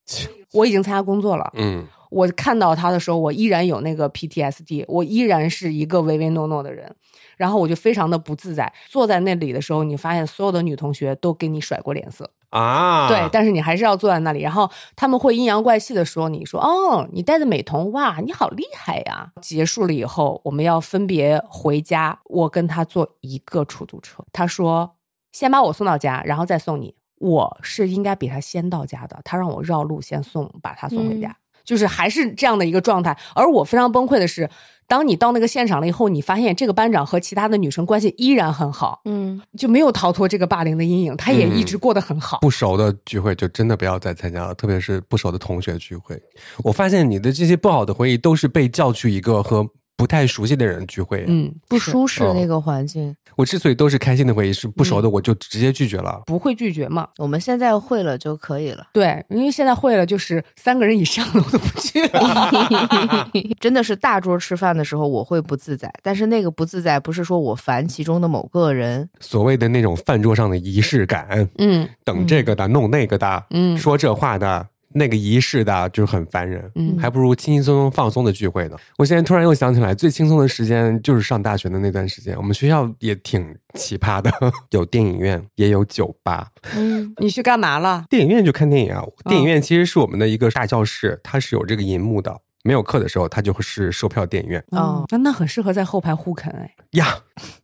Speaker 2: 我已经参加工作了，
Speaker 1: 嗯
Speaker 2: 我看到他的时候，我依然有那个 PTSD，我依然是一个唯唯诺诺的人，然后我就非常的不自在。坐在那里的时候，你发现所有的女同学都给你甩过脸色，
Speaker 1: 啊，
Speaker 2: 对，但是你还是要坐在那里，然后他们会阴阳怪气的说你说哦，你戴的美瞳，哇，你好厉害呀！结束了以后，我们要分别回家，我跟他坐一个出租车，他说先把我送到家，然后再送你。我是应该比他先到家的，他让我绕路先送，把他送回家。就是还是这样的一个状态。而我非常崩溃的是，当你到那个现场了以后，你发现这个班长和其他的女生关系依然很好，
Speaker 3: 嗯，
Speaker 2: 就没有逃脱这个霸凌的阴影，她也一直过得很好。
Speaker 1: 不熟的聚会就真的不要再参加了，特别是不熟的同学聚会。我发现你的这些不好的回忆都是被叫去一个和不太熟悉的人聚会。
Speaker 2: 嗯，
Speaker 3: 不
Speaker 2: 是
Speaker 3: 舒适那个环境，
Speaker 1: 我之所以都是开心的回忆，是不熟
Speaker 2: 嗯
Speaker 1: 的我就直接拒绝了。
Speaker 2: 不会拒绝嘛？
Speaker 3: 我们现在会了就可以了。
Speaker 2: 对，因为现在会了，就是三个人以上的我都不去了。
Speaker 3: 真的是大桌吃饭的时候我会不自在，但是那个不自在不是说我烦其中的某个人，
Speaker 1: 所谓的那种饭桌上的仪式感，
Speaker 2: 嗯
Speaker 1: 等这个的，弄那个的，
Speaker 2: 嗯
Speaker 1: 说这话的，那个仪式的，就是很烦人。
Speaker 2: 嗯
Speaker 1: 还不如轻轻松松放松的聚会呢。我现在突然又想起来，最轻松的时间就是上大学的那段时间。我们学校也挺奇葩的， 有电影院，也有酒吧。
Speaker 3: 嗯，
Speaker 2: 你去干嘛了？
Speaker 1: 电影院就看电影啊，电影院其实是我们的一个大教室，它是有这个银幕的。没有课的时候，它就会是售票电影院
Speaker 3: 哦
Speaker 2: 哦，那那很适合在后排互啃哎。
Speaker 1: 呀。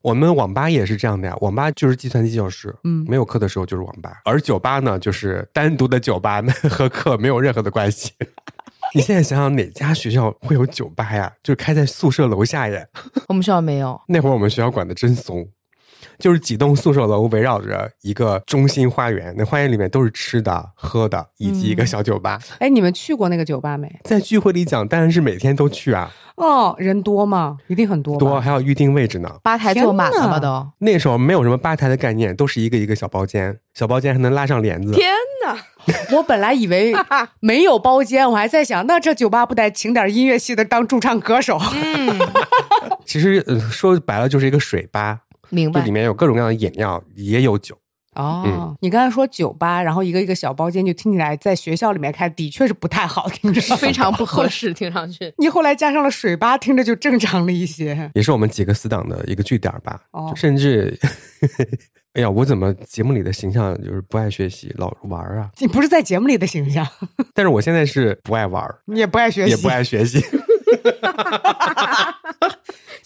Speaker 1: 我们网吧也是这样的呀，网吧就是计算机教室，
Speaker 2: 嗯
Speaker 1: 没有课的时候就是网吧，而酒吧呢就是单独的酒吧，那和课没有任何的关系。 你现在想想哪家学校会有酒吧呀？就是开在宿舍楼下耶。
Speaker 3: 我们学校没有，
Speaker 1: 那会儿我们学校管的真松，就是几栋宿舍楼围绕着一个中心花园，那花园里面都是吃的、喝的，以及一个小酒吧。
Speaker 2: 哎，你们去过那个酒吧没？
Speaker 1: 在聚会里讲，当然是每天都去啊，
Speaker 2: 哦，人多吗？一定很多吧。
Speaker 1: 多还要预定位置呢。
Speaker 3: 吧台坐满了吧都。
Speaker 1: 那时候没有什么吧台的概念，都是一个一个小包间，小包间还能拉上帘子。
Speaker 3: 哪！
Speaker 2: 我本来以 为没有包间，我还在想，那这酒吧不得请点音乐系的当驻唱歌手？
Speaker 1: 其实、呃说白了就是一个水吧，
Speaker 3: 明
Speaker 1: 就
Speaker 3: 白
Speaker 1: 里。面有各种各样的饮料，也有酒。
Speaker 2: 哦，
Speaker 1: 嗯
Speaker 2: 你刚才说酒吧，然后一个一个小包间，就听起来在学校里面开的确是不太好听着，
Speaker 3: 非常不合 适，听上去。
Speaker 2: 你后来加上了水吧，听着就正常了一些。
Speaker 1: 也是我们几个死党的一个据点吧。
Speaker 2: 哦
Speaker 1: 就甚至， 哎呀，我怎么节目里的形象就是不爱学习，老玩儿啊？
Speaker 2: 你不是在节目里的形象，
Speaker 1: 但是我现在是不爱玩儿，
Speaker 2: 你也不爱学习，
Speaker 1: 也不爱学习。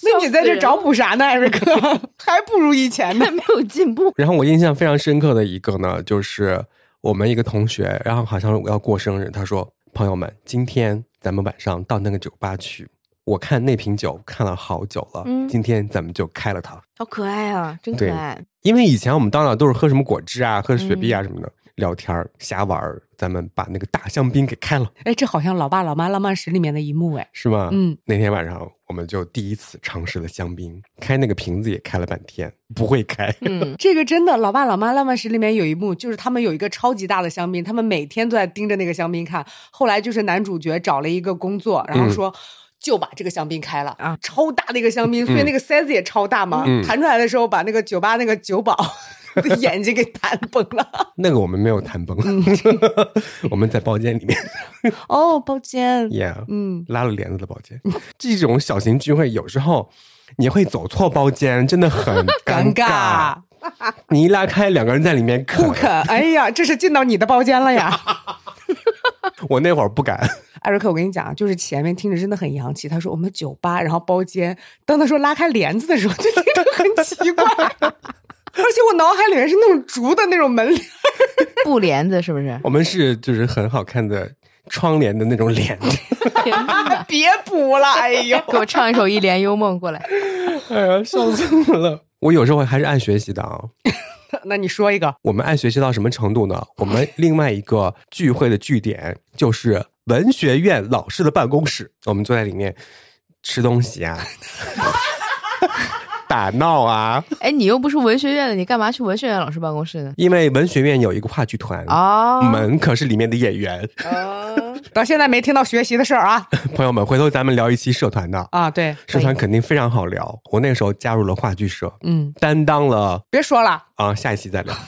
Speaker 2: 那你在这找补啥呢，艾瑞克？ 还不如以前呢。
Speaker 3: 没有进步。
Speaker 1: 然后我印象非常深刻的一个呢，就是我们一个同学，然后好像要过生日，他说：“朋友们，今天咱们晚上到那个酒吧去，我看那瓶酒看了好久了，
Speaker 3: 嗯
Speaker 1: 今天咱们就开了它。
Speaker 3: 好可爱啊，真可
Speaker 1: 对
Speaker 3: 爱。
Speaker 1: 因为以前我们到那都是喝什么果汁啊，喝雪碧
Speaker 3: 嗯
Speaker 1: 啊什么的，聊天儿瞎玩儿，咱们把那个大香槟给开了，
Speaker 2: 哎，这好像《老爸老妈浪漫史》里面的一幕哎。
Speaker 1: 是吗？
Speaker 2: 嗯，
Speaker 1: 那天晚上我们就第一次尝试了香槟，开那个瓶子也开了半天，不会开。
Speaker 3: 嗯，
Speaker 2: 这个真的，《老爸老妈浪漫史》里面有一幕，就是他们有一个超级大的香槟，他们每天都在盯着那个香槟看。后来就是男主角找了一个工作，然后说。就把这个香槟开了
Speaker 3: 啊
Speaker 2: 超大的一个香槟，所以那个塞子也超大嘛。
Speaker 1: 嗯
Speaker 2: 弹出来的时候，把那个酒吧那个酒保 的眼睛给弹崩了。
Speaker 1: 那个我们没有谈崩，
Speaker 3: 嗯
Speaker 1: 我们在包间里面
Speaker 2: 哦，抱歉。
Speaker 1: ，yeah，
Speaker 2: 嗯，
Speaker 1: 拉了帘子的包间。 这种小型聚会有时候你会走错包间，真的很
Speaker 2: 尴
Speaker 1: 尴。你一拉开，两个人在里面
Speaker 2: 不
Speaker 1: 啃，
Speaker 2: 肯。哎呀，这是进到你的包间了 呀，
Speaker 1: 我那会儿不敢。
Speaker 2: 艾瑞克。我跟你讲，啊就是前面听着真的很洋气。他说我们酒吧，然后包间。当他说拉开帘子的时候，就听着很奇怪。 而且我脑海里面是那种竹的那种门帘，
Speaker 3: 布帘子是 不是？
Speaker 1: 我们是就是很好看的窗帘的那种帘子。
Speaker 3: 天哪！
Speaker 2: 别补了，哎呦！
Speaker 3: 给我唱一首《一帘幽梦》过来。
Speaker 1: 哎呀，笑死我了！我有时候还是爱学习的啊。
Speaker 2: 那你说一个，
Speaker 1: 我们爱学习到什么程度呢？我们另外一个聚会的据点就是文学院老师的办公室，我们坐在里面吃东西啊， 打闹啊。
Speaker 3: 哎，你又不是文学院的，你干嘛去文学院老师办公室呢？
Speaker 1: 因为文学院有一个话剧团，
Speaker 3: 哦
Speaker 1: 我，们可是里面的演 员。
Speaker 2: 到现在没听到学习的事儿啊
Speaker 1: 朋友们，回头咱们聊一期社团的，
Speaker 2: 啊！对，
Speaker 1: 社团肯定非常好聊。我那时候加入了话剧社，
Speaker 2: 嗯，
Speaker 1: 担当了
Speaker 2: 别说了，
Speaker 1: 啊，下一期 再聊，嗯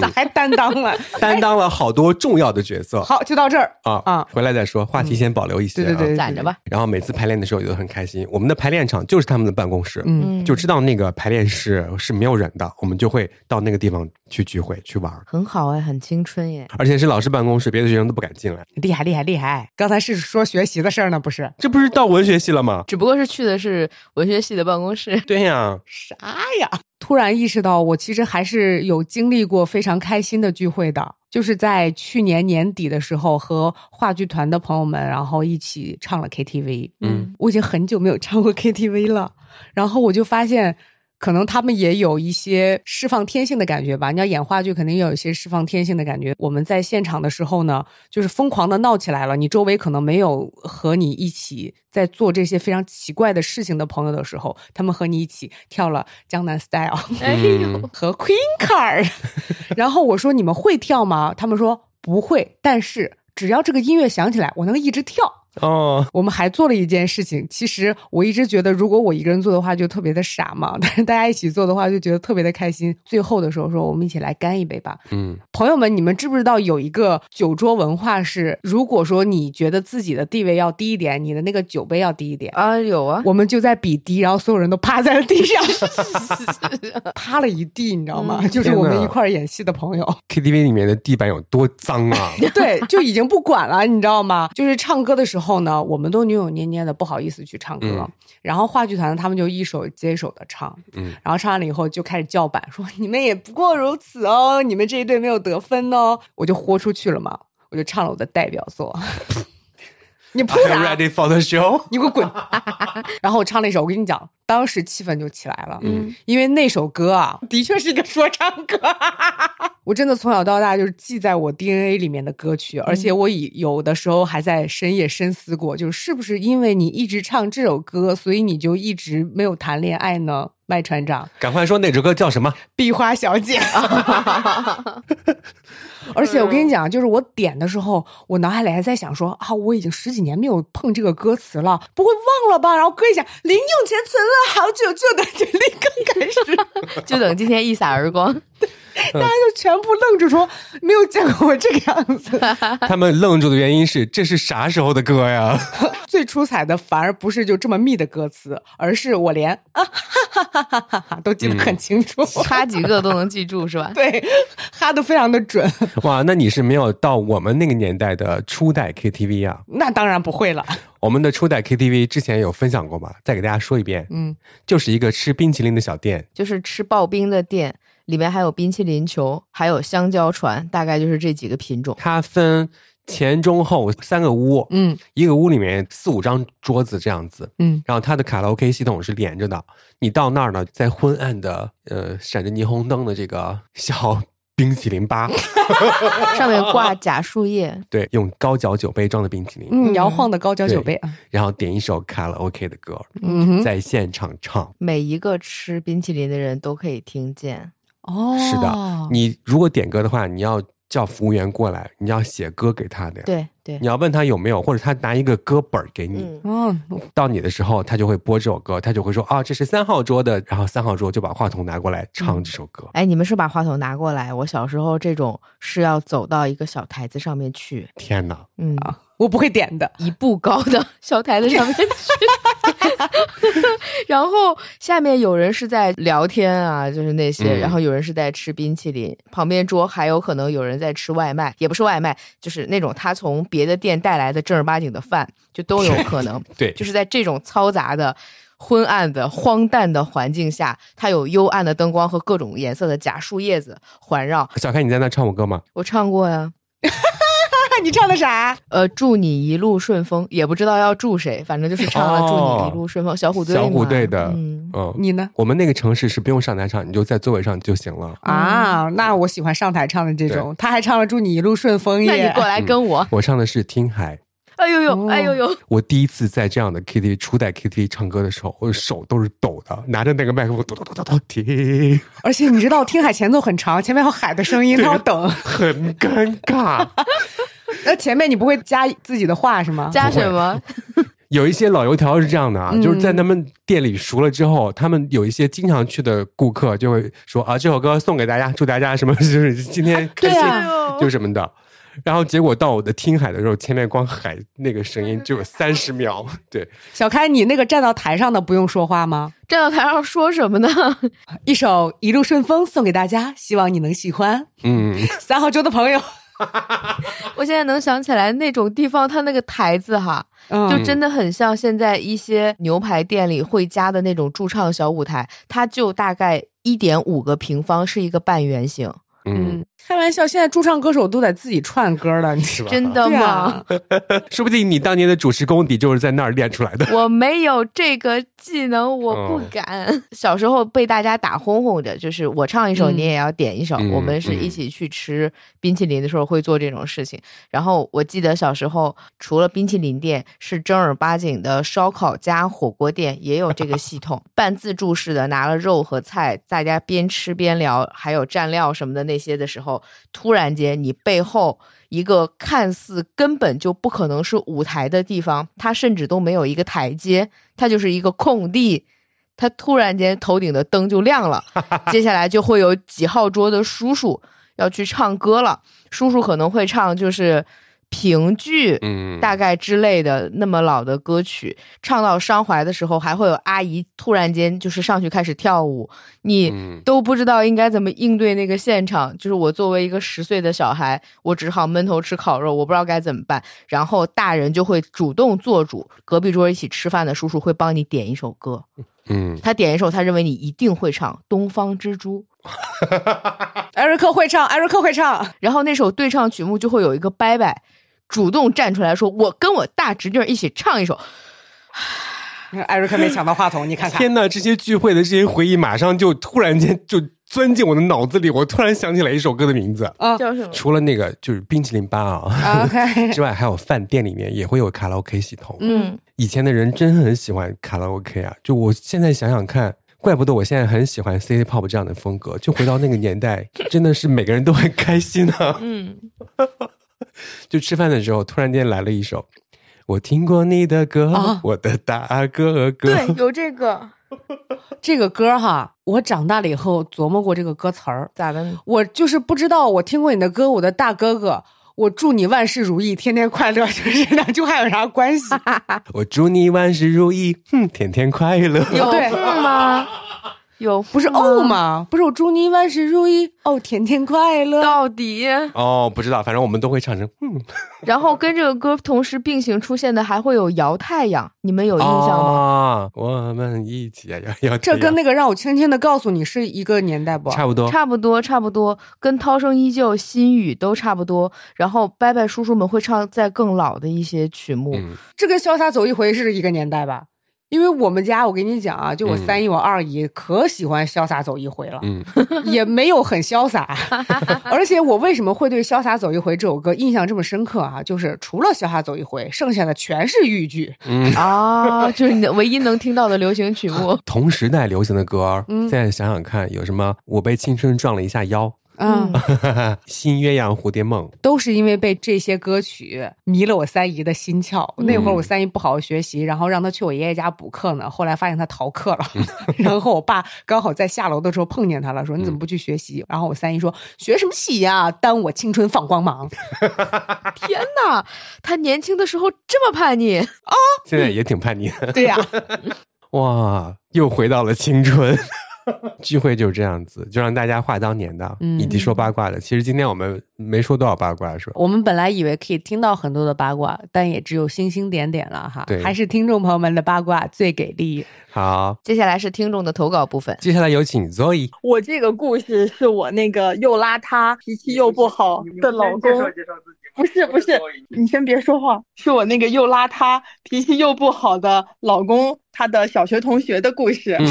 Speaker 2: 咋还担当 了？
Speaker 1: 担当了好多重要的角色。
Speaker 2: 哎好，就到这儿。
Speaker 1: 啊
Speaker 2: 啊
Speaker 1: 回来再说，话题先保留一些、啊
Speaker 2: 对对对，
Speaker 3: 攒着吧。
Speaker 1: 然后每次排练的时候也都很开心。我们的排练场就是他们的办公室，
Speaker 2: 嗯，
Speaker 1: 就知道那个排练室是没有人的，我们就会到那个地方去聚会去玩儿，
Speaker 3: 很好哎，很青春耶。
Speaker 1: 而且是老师办公室，别的学生都不敢进来。
Speaker 2: 厉害厉害厉害！刚才是说学习的事儿呢，不是？
Speaker 1: 这不是到文学系了吗？
Speaker 3: 只不过是去的是文学系的办公室，
Speaker 1: 对呀、
Speaker 2: 啥呀？突然意识到，我其实还是有经历过非常开心的聚会的，就是在去年年底的时候，和话剧团的朋友们，然后一起唱了 KTV。
Speaker 1: 嗯，
Speaker 2: 我已经很久没有唱过 KTV 了，然后我就发现。可能他们也有一些释放天性的感觉吧。你要演话剧，肯定要有一些释放天性的感觉。我们在现场的时候呢，就是疯狂的闹起来了。你周围可能没有和你一起在做这些非常奇怪的事情的朋友的时候，他们和你一起跳了《江南 Style》。
Speaker 3: 哎
Speaker 1: 嗯
Speaker 3: 呦，
Speaker 2: 和 Queen Card，然后我说你们会跳吗？他们说不会，但是只要这个音乐响起来，我能一直跳。
Speaker 1: 哦，
Speaker 2: 我们还做了一件事情，其实我一直觉得，如果我一个人做的话，就特别的傻嘛。 但是大家一起做的话，就觉得特别的开心。最后的时候说，我们一起来干一杯吧。
Speaker 1: 嗯，
Speaker 2: 朋友们，你们知不知道有一个酒桌文化是，如果说你觉得自己的地位要低一点，你的那个酒杯要低一点，
Speaker 3: 啊有啊，
Speaker 2: 我们就在比低，然后所有人都趴在了地上， 趴了一地，你知道吗？就是我
Speaker 1: 天
Speaker 2: 们
Speaker 1: 哪
Speaker 2: 一块儿演戏的朋友，
Speaker 1: KTV 里面的地板有多脏 啊！
Speaker 2: 对，就已经不管了，你知道吗？ 就是唱歌的时候呢，我们都扭扭捏捏的，不好意思去唱歌。
Speaker 1: 嗯
Speaker 2: 然后话剧团他们就一首接一首的唱，
Speaker 1: 嗯
Speaker 2: 然后唱完了以后就开始叫板，说你们也不过如此哦， 你们这一队没有得分哦，我就豁出去了嘛，我就唱了我的代表作。 你扑啥？
Speaker 1: ，I'm ready for the show。
Speaker 2: 你给我滚！ 然后我唱了一首，我跟你讲，当时气氛就起来了，
Speaker 1: 嗯
Speaker 2: 因为那首歌啊， 的确是一个说唱歌， 我真的从小到大就是记在我 DNA 里面的歌曲，而且我以有的时候还在深夜深思过，就是是不是因为你一直唱这首歌，所以你就一直没有谈恋爱呢？麦船长，
Speaker 1: 赶快说哪首歌叫什么？
Speaker 2: 壁花小姐。 而且我跟你讲，就是我点的时候，我脑海里还在想说啊，我已经十几年没有碰这个歌词了，不会忘了吧？然后搁一下，零用 钱存了好久，就等着立刻开始。
Speaker 3: 就等今天一扫而光。
Speaker 2: 大家就全部愣住说，没有见过我这个样子。
Speaker 1: 他们愣住的原因是，这是啥时候的歌呀？
Speaker 2: 最出彩的反而不是就这么密的歌词，而是我连啊哈哈哈哈哈都记
Speaker 1: 嗯
Speaker 2: 得很清楚，
Speaker 3: 差几个都能记住是吧？
Speaker 2: 对，哈的非常的准。
Speaker 1: 哇，那你是没有到我们那个年代的初代 KTV 啊？
Speaker 2: 那当然不会了，
Speaker 1: 我们的初代 KTV 之前有分享过吧？再给大家说一遍，
Speaker 2: 嗯，
Speaker 1: 就是一个吃冰淇淋的小店，
Speaker 3: 就是吃刨冰的店，里面还有冰淇淋球，还有香蕉船，大概就是这几个品 种。
Speaker 1: 它分前中后三个屋，
Speaker 2: 嗯
Speaker 1: 一个屋里面四五张桌子这样子，
Speaker 2: 嗯，
Speaker 1: 然后它的卡拉 OK 系统是连着的。你到那儿呢，在昏暗的呃闪着霓虹灯的这个小冰淇淋吧，
Speaker 3: 上面挂假树叶，
Speaker 1: 对，用高脚酒杯装的冰淇淋，
Speaker 2: 嗯，摇晃的高脚酒杯啊，
Speaker 1: 然后点一首卡拉 OK 的歌，
Speaker 2: 嗯哼，
Speaker 1: 在现场唱。
Speaker 3: 每一个吃冰淇淋的人都可以听见。
Speaker 2: 哦，
Speaker 1: 是的，你如果点歌的话，你要叫服务员过来，你要写歌给他的。
Speaker 3: 对对，
Speaker 1: 你要问他有没有，或者他拿一个歌本儿给你，
Speaker 3: 嗯，
Speaker 2: 嗯，
Speaker 1: 到你的时候，他就会播这首歌，他就会说啊，这是三号桌的，然后三号桌就把话筒拿过来唱这首歌。
Speaker 3: 哎，你们是把话筒拿过来？我小时候这种是要走到一个小台子上面去，
Speaker 1: 天哪，
Speaker 3: 嗯，
Speaker 2: 我不会点的，
Speaker 3: 一步高的 小台子上面去，然后下面有人是在聊天啊，就是那些，
Speaker 1: 嗯
Speaker 3: 然后有人是在吃冰淇淋，旁边桌还有可能有人在吃外卖，也不是外卖，就是那种他从别的店带来的正儿八经的饭，就都有可能。
Speaker 1: 对，
Speaker 3: 就是在这种嘈杂的、昏暗的、荒诞的环境下，它有幽暗的灯光和各种颜色的假树叶子环绕。
Speaker 1: 小开，你在那唱过歌吗？
Speaker 3: 我唱过啊呀，
Speaker 2: 那你唱的啥？
Speaker 3: 呃，祝你一路顺风，也不知道要祝谁，反正就是唱了
Speaker 1: 哦
Speaker 3: 祝你一路顺风，小啊虎队嘛，
Speaker 1: 小虎队的，
Speaker 3: 嗯，
Speaker 1: 嗯，
Speaker 2: 你呢？
Speaker 1: 我们那个城市是不用上台唱，你就在座位上就行了。
Speaker 3: 嗯
Speaker 2: 啊，那我喜欢上台唱的这种，他还唱了“祝你一路顺风”
Speaker 3: 那
Speaker 2: 耶
Speaker 3: 你，过
Speaker 1: 嗯
Speaker 3: 来跟我，
Speaker 1: 我唱的是《听海》，
Speaker 3: 哎呦呦，哎呦呦，
Speaker 1: 我第一次在这样的 KTV 初代 KTV 唱歌的时候，我的手都是抖的，拿着那个麦克风抖抖抖抖抖，停，
Speaker 2: 而且你知道听海前奏很长，前面还有海的声音，他要等。
Speaker 1: 很尴尬。
Speaker 2: 那前面你不会加自己的话是吗？
Speaker 3: 加什么？
Speaker 1: 有一些老油条是这样的啊，
Speaker 2: 嗯
Speaker 1: 就是在他们店里熟了之后，他们有一些经常去的顾客就会说啊，这首歌送给大家，祝大家什么，就是今天开心，
Speaker 2: 对
Speaker 3: 哎呦
Speaker 1: 就什么的。然后结果到我的听海的时候，前面光海那个声音只有三十秒，对，
Speaker 2: 小开，你那个站到台上的不用说话吗？
Speaker 3: 站到台上说什么呢？
Speaker 2: 一首《一路顺风》送给大家，希望你能喜欢。
Speaker 1: 嗯，
Speaker 2: 三号桌的 朋友，
Speaker 3: 我现在能想起来那种地方，它那个台子哈，
Speaker 2: 嗯，
Speaker 3: 就真的很像现在一些牛排店里会加的那种驻唱小舞台，它就大概一点五个平方，是一个半圆形，
Speaker 1: 嗯，，
Speaker 2: 开玩笑，现在驻唱歌手都得自己串歌了，你
Speaker 1: 是吧？
Speaker 3: 真，的
Speaker 2: 对
Speaker 3: 吗？
Speaker 2: 啊
Speaker 1: 说不定你当年的主持功底就是在那儿练出来的。
Speaker 3: 我没有这个技能，我不敢。 小时候被大家打哄哄着，就是我唱一首，
Speaker 2: 嗯
Speaker 3: 你也要点一首。
Speaker 1: 嗯
Speaker 3: 我们是一起去吃冰淇淋的时候会做这种事情。然后我记得小时候，除了冰淇淋店，是正儿八经的烧烤加火锅店也有这个系统，半自助式的，拿了肉和菜，大家边吃边聊，还有蘸料什么的那些的时候，突然间你背后。一个看似根本就不可能是舞台的地方，它甚至都没有一个台阶，它就是一个空地。它突然间头顶的灯就亮了， 接下来就会有几号桌的叔叔要去唱歌了。叔叔可能会唱就是评剧，
Speaker 1: 嗯，
Speaker 3: 大概之类的那么老的歌曲，唱到伤怀的时候，还会有阿姨突然间就是上去开始跳舞，你
Speaker 1: 嗯
Speaker 3: 都不知道应该怎么应对那个现场。就是我作为一个十岁的小孩，我只好闷头吃烤肉，我不知道该怎么办。然后大人就会主动做主，隔壁桌一起吃饭的叔叔会帮你点一首歌，
Speaker 1: 嗯，
Speaker 3: 他点一首他认为你一定会唱《东方之珠》。
Speaker 2: 艾瑞克会唱，艾瑞克会唱，
Speaker 3: 然后那首对唱曲目就会有一个伯伯主动站出来说：“我跟我大侄女儿一起唱一首。
Speaker 2: 艾瑞克没抢到话筒，你 看看，
Speaker 1: 天呐，这些聚会的这些回忆，马上就突然间就钻进我的脑子里，我突然想起来一首歌的名字。
Speaker 2: 啊”
Speaker 3: 叫什么
Speaker 1: 除了那个就是冰淇淋吧啊
Speaker 2: ，OK，
Speaker 1: 之外，还有饭店里面也会有卡拉 OK 系统。
Speaker 2: 嗯
Speaker 3: 嗯，
Speaker 1: 以前的人真很喜欢卡拉 OK 啊！就我现在想想看，怪不得我现在很喜欢 City Pop 这样的风格。就回到那个年代，真的是每个人都很开心啊！
Speaker 3: 嗯，
Speaker 1: 就吃饭的时候，突然间来了一首。我听过你的歌，
Speaker 2: 啊
Speaker 1: 我的大哥哥。
Speaker 3: 有这个。
Speaker 2: 这个歌哈，我长大了以后琢磨过这个歌词儿，
Speaker 3: 咋的呢？
Speaker 2: 我就是不知道，我听过你的歌，我的大哥哥，我祝你万事如意，天天快乐，就是这两句话有啥关系？
Speaker 1: 我祝你万事如意，哼，天天快乐。
Speaker 3: 有
Speaker 2: 对
Speaker 3: 缝吗？有
Speaker 2: 不是哦吗？哎不是我祝你万事如意，哦，天天快乐。
Speaker 3: 到底，
Speaker 1: 哦，不知道，反正我们都会唱成，嗯，
Speaker 3: 然后跟这个歌同时并行出现的还会有摇太阳，你们有印象吗？
Speaker 1: 啊，我们一起要要
Speaker 2: 这跟
Speaker 1: 那
Speaker 2: 那个让我轻轻的告诉你是一个年代不？啊
Speaker 1: 差不多，
Speaker 3: 差不多，差不多，跟《涛声依旧》《心语》都差不多。然后伯伯叔叔们会唱在更老的一些曲目，
Speaker 1: 嗯，
Speaker 2: 这跟潇洒走一回是一个年代吧？因为我们家，我跟你讲啊，就我
Speaker 1: 嗯
Speaker 2: 三姨、我二姨可喜欢潇洒走一回了，
Speaker 1: 嗯
Speaker 2: 也没有很潇 洒。而且我为什么会对《潇洒走一回》这首歌印象这么深刻啊？就是除了《潇洒走一回》，剩下的全是豫剧。
Speaker 1: 嗯。。
Speaker 3: 啊，就是你的唯一能听到的流行曲目
Speaker 1: 同时代流行的歌儿，
Speaker 2: 嗯
Speaker 1: 现在想想看，有什么？我被青春撞了一下腰，
Speaker 2: 嗯，
Speaker 1: 新鸳鸯蝴蝶梦，
Speaker 2: 都是因为被这些歌曲迷了我三姨的心窍。那会儿我三姨不好好学习，然后让她去我爷爷家补课呢。后来发现她逃课了，然后我爸刚好在下楼的时候碰见她了，说你怎么不去学习？然后我三姨说学什么习呀、耽误我青春放光芒。
Speaker 3: 天哪，他年轻的时候这么叛逆，
Speaker 1: 现在也挺叛逆的。
Speaker 2: 对呀、
Speaker 1: 哇，又回到了青春。 聚会就是这样子，就让大家话当年的，
Speaker 2: 嗯
Speaker 1: 以及说八卦的。其实今天我们没说多少八卦，说
Speaker 2: 我们本来以为可以听到很多的八卦，但也只有星星点点了哈
Speaker 1: 对
Speaker 2: 还是听众朋友们的八卦最给力。
Speaker 1: 好。
Speaker 3: 接下来是听众的投稿部分。
Speaker 1: 接下来有请 Zoe，
Speaker 4: 我这个故事是我那个又邋遢、脾气又不好的老公， 不是不是，你先别说话，是我那个又邋遢、脾气又不好的老公，他的小学同学的故事。
Speaker 1: 嗯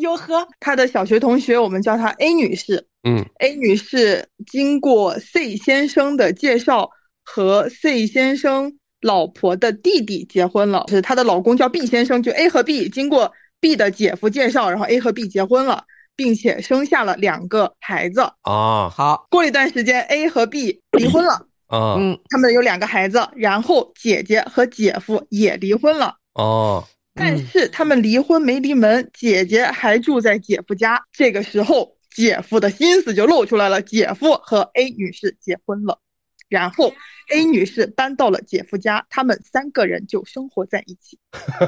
Speaker 2: 哟呵，
Speaker 4: 他的小学同学，我们叫她 A 女士。
Speaker 1: 嗯
Speaker 4: A 女士经过 C 先生的介绍，和 C 先生老婆的弟弟结婚了，是她的老公叫 B 先生，就 A 和 B 经过 B 的姐夫介绍，然后 A 和 B 结婚了，并且生下了两个孩子。
Speaker 1: 啊
Speaker 2: 好，
Speaker 4: 过了一段时间，A 和 B 离婚了，
Speaker 1: 啊
Speaker 2: 嗯，
Speaker 4: 他们有两个孩子，然后姐姐和姐夫也离婚了。
Speaker 1: 哦，
Speaker 4: 但是他们离婚没离门，姐姐还住在姐夫家。这个时候，姐夫的心思就露出来了，姐夫和 A 女士结婚了，然后 A 女士搬到了姐夫家，他们三个人就生活在一起，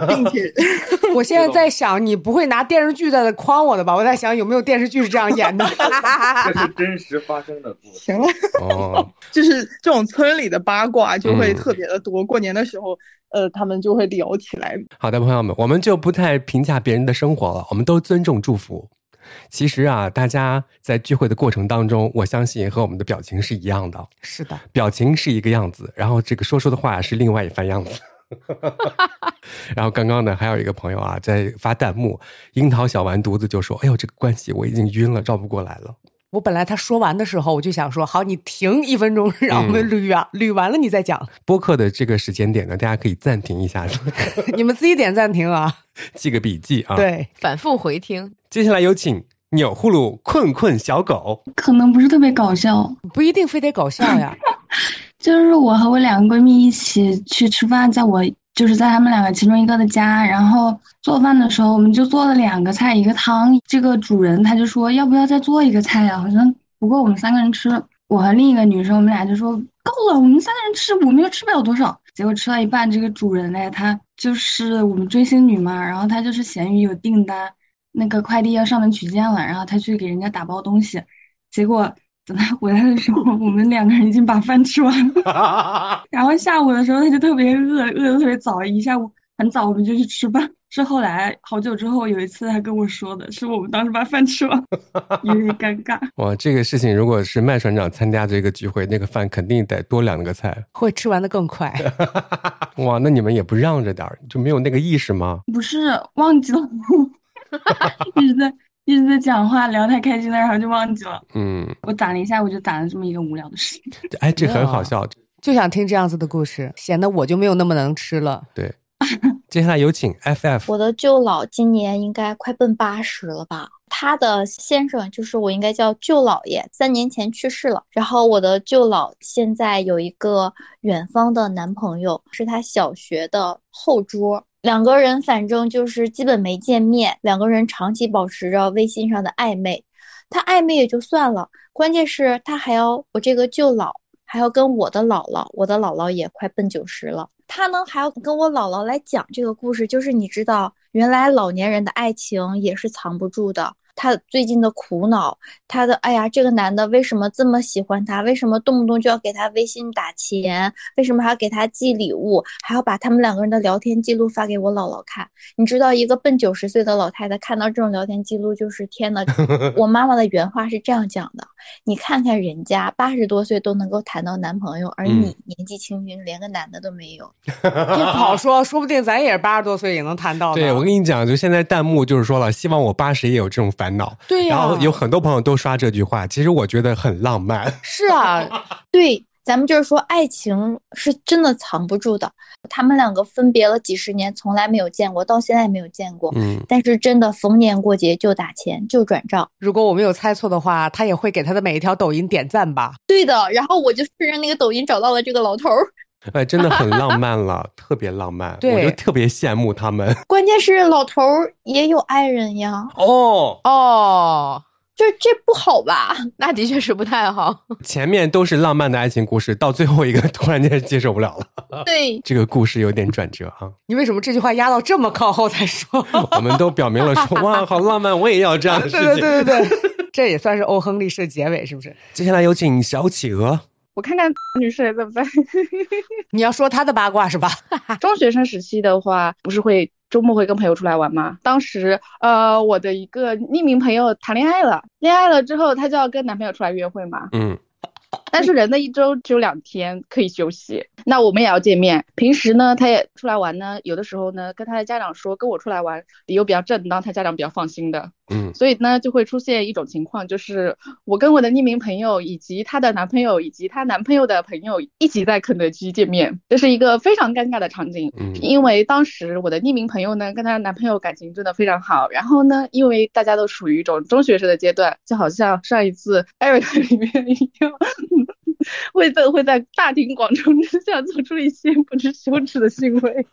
Speaker 4: 并且
Speaker 2: 嗯我现在在想，你不会拿电视剧在框我的吧？我在想有没有电视剧是这样演的。
Speaker 5: 这是真实发生的故事。
Speaker 4: 行了，
Speaker 1: 哦，
Speaker 4: 就是这种村里的八卦就会特别的多。过年的时候，呃，他们就会聊起来。
Speaker 1: 好的，朋友们，我们就不太评价别人的生活了，我们都尊重祝福。其实啊，大家在聚会的过程当中，我相信和我们的表情是一样的，
Speaker 2: 是的，
Speaker 1: 表情是一个样子，然后这个说出的话是另外一番样子。 然后刚刚呢，还有一个朋友啊在发弹幕，樱桃小丸犊子就说：“哎呦，这个关系我已经晕了，绕不过来了。
Speaker 2: 我本来他说完的时候，我就想说，好，你停一分钟，让我们捋啊，捋完了你再讲，”
Speaker 1: 播客的这个时间点呢，大家可以暂停一下，
Speaker 2: 你们自己点暂停啊。
Speaker 1: 记个笔记啊。，
Speaker 2: 对，
Speaker 3: 反复回听，
Speaker 1: 接下来有请钮祜禄困困小狗。
Speaker 6: 可能不是特别搞笑，
Speaker 2: 不一定非得搞笑 呀。
Speaker 6: 就是我和我两个闺蜜一起去吃饭，在我就是在她们两个其中一个的家，然后做饭的时候，我们就做了两个菜一个汤。这个主人他就说要不要再做一个菜呀？好像不够我们三个人吃。我和另一个女生，我们俩就说够了，我们三个人吃，我们又吃不了多少。结果吃到一半，这个主人嘞，他就是我们追星女嘛，然后他就是闲鱼有订单，那个快递要上门取件了，然后他去给人家打包东西，结果等他回来的时候，我们两个人已经把饭吃完了。然后下午的时候他就特别饿，饿的特别早，一下午很早我们就去吃饭。是后来好久之后有一次他跟我说的，是我们当时把饭吃完，有点尴尬。
Speaker 1: 哇，这个事情如果是麦船长参加这个聚会，那个饭肯定得多两个菜。
Speaker 2: 会吃完的更快，
Speaker 1: 哇，那你们也不让着点儿，就没有那个意识吗？
Speaker 6: 不是忘记了， 一直在一直在讲话，聊太开心了，然后就忘记了。
Speaker 1: 嗯，
Speaker 6: 我攒了一下午，就攒了这么一个无聊的事情。
Speaker 2: 啊
Speaker 1: 哎，这很好笑。
Speaker 2: 就想听这样子的故事，显得我就没有那么能吃了。
Speaker 1: 对，接下来有请 FF，
Speaker 7: 我的舅姥今年应该快奔八十了吧？她的先生就是我应该叫舅姥爷，三年前去世了。然后我的舅姥现在有一个远方的男朋友，是她小学的后桌。两个人反正就是基本没见面，两个人长期保持着微信上的暧昧。他暧昧也就算了，关键是他还要我这个舅姥还要跟我的姥姥，我的姥姥也快奔九十了。他呢还要跟我姥姥来讲这个故事，就是你知道，原来老年人的爱情也是藏不住的。他最近的苦恼，他的哎呀，这个男的为什么这么喜欢他？为什么动不动就要给他微信打钱？为什么还要给他寄礼物？还要把他们两个人的聊天记录发给我姥姥看？你知道，一个奔九十岁的老太太看到这种聊天记录，就是天呐！我妈妈的原话是这样讲的：你看看人家八十多岁都能够谈到男朋友，而你年纪轻轻连个男的都没有。
Speaker 2: 不好说，说不定咱也是八十多岁也能谈到呢。
Speaker 1: 对我跟你讲，就现在弹幕就是说了，希望我八十也有这种烦恼。
Speaker 2: 对啊呀、
Speaker 1: 然后有很多朋友都刷这句话，其实我觉得很浪漫。
Speaker 2: 是啊，
Speaker 7: 对，咱们就是说，爱情是真的藏不住的。他们两个分别了几十年，从来没有见过，到现在也没有见过。
Speaker 1: 嗯，
Speaker 7: 但是真的逢年过节就打钱，就转账。
Speaker 2: 如果我没有猜错的话，他也会给他的每一条抖音点赞吧？
Speaker 7: 对的，然后我就顺着那个抖音找到了这个老头儿。
Speaker 1: 哎，真的很浪漫了，特别浪漫，
Speaker 2: 对
Speaker 1: 我就特别羡慕他们。
Speaker 7: 关键是老头儿也有爱人呀，
Speaker 1: 哦，
Speaker 3: 哦，
Speaker 7: 这这不好吧？
Speaker 3: 那的确是不太好。
Speaker 1: 前面都是浪漫的爱情故事，到最后一个突然间接受不了了，
Speaker 7: 对，
Speaker 1: 这个故事有点转折啊。
Speaker 2: 你为什么这句话压到这么靠后才 说？
Speaker 1: 我们都表明了说，哇，好浪漫，我也要这样的
Speaker 2: 对
Speaker 1: 事
Speaker 2: 对
Speaker 1: 情。
Speaker 2: 对对对，这也算是欧亨利式结尾，是不是？
Speaker 1: 接下来有请小企鹅，
Speaker 8: 我看看女士怎么办。
Speaker 2: 你要说他的八卦是吧？
Speaker 8: 中学生时期的话，不是会周末会跟朋友出来玩吗？当时，呃，我的一个匿名朋友谈恋爱了，恋爱了之后，她就要跟男朋友出来约会嘛。
Speaker 1: 嗯，
Speaker 8: 但是人的一周只有两天可以休息，那我们也要见面。平时呢，她也出来玩呢，有的时候呢，跟她的家长说跟我出来玩，理由比较正当，她家长比较放心的。
Speaker 1: 嗯
Speaker 8: 所以呢，就会出现一种情况，就是我跟我的匿名朋友，以及她的男朋友，以及她男朋友的朋友一起在肯德基见面，这是一个非常尴尬的场景。
Speaker 1: 嗯
Speaker 8: 因为当时我的匿名朋友呢，跟她男朋友感情真的非常好。然后呢，因为大家都属于一种中学生的阶段，就好像上一次《Eric》里面一样， 会在会在大庭广众之下做出一些不知羞耻的行为。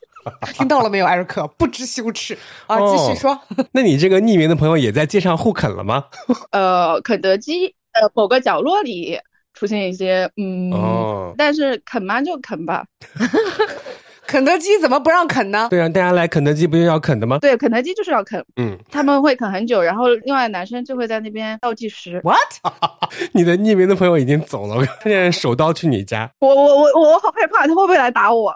Speaker 2: 听到了没有，艾瑞克？不知羞耻啊！继续说，
Speaker 1: 那你这个匿名的朋友也在街上互啃了吗？
Speaker 8: 呃，肯德基呃某个角落里出现一些嗯。
Speaker 1: 哦，
Speaker 8: 但是啃嘛就啃吧，
Speaker 2: 肯德基怎么不让啃呢？
Speaker 1: 对啊，大家来肯德基不就要啃的吗？
Speaker 8: 对，肯德基就是要啃，
Speaker 1: 嗯，
Speaker 8: 他们会啃很久，然后另外男生就会在那边倒计时。
Speaker 2: What？
Speaker 1: 你的匿名的朋友已经走了，我看见手刀去你家。
Speaker 8: 我我我我好害怕，他会不会来打我？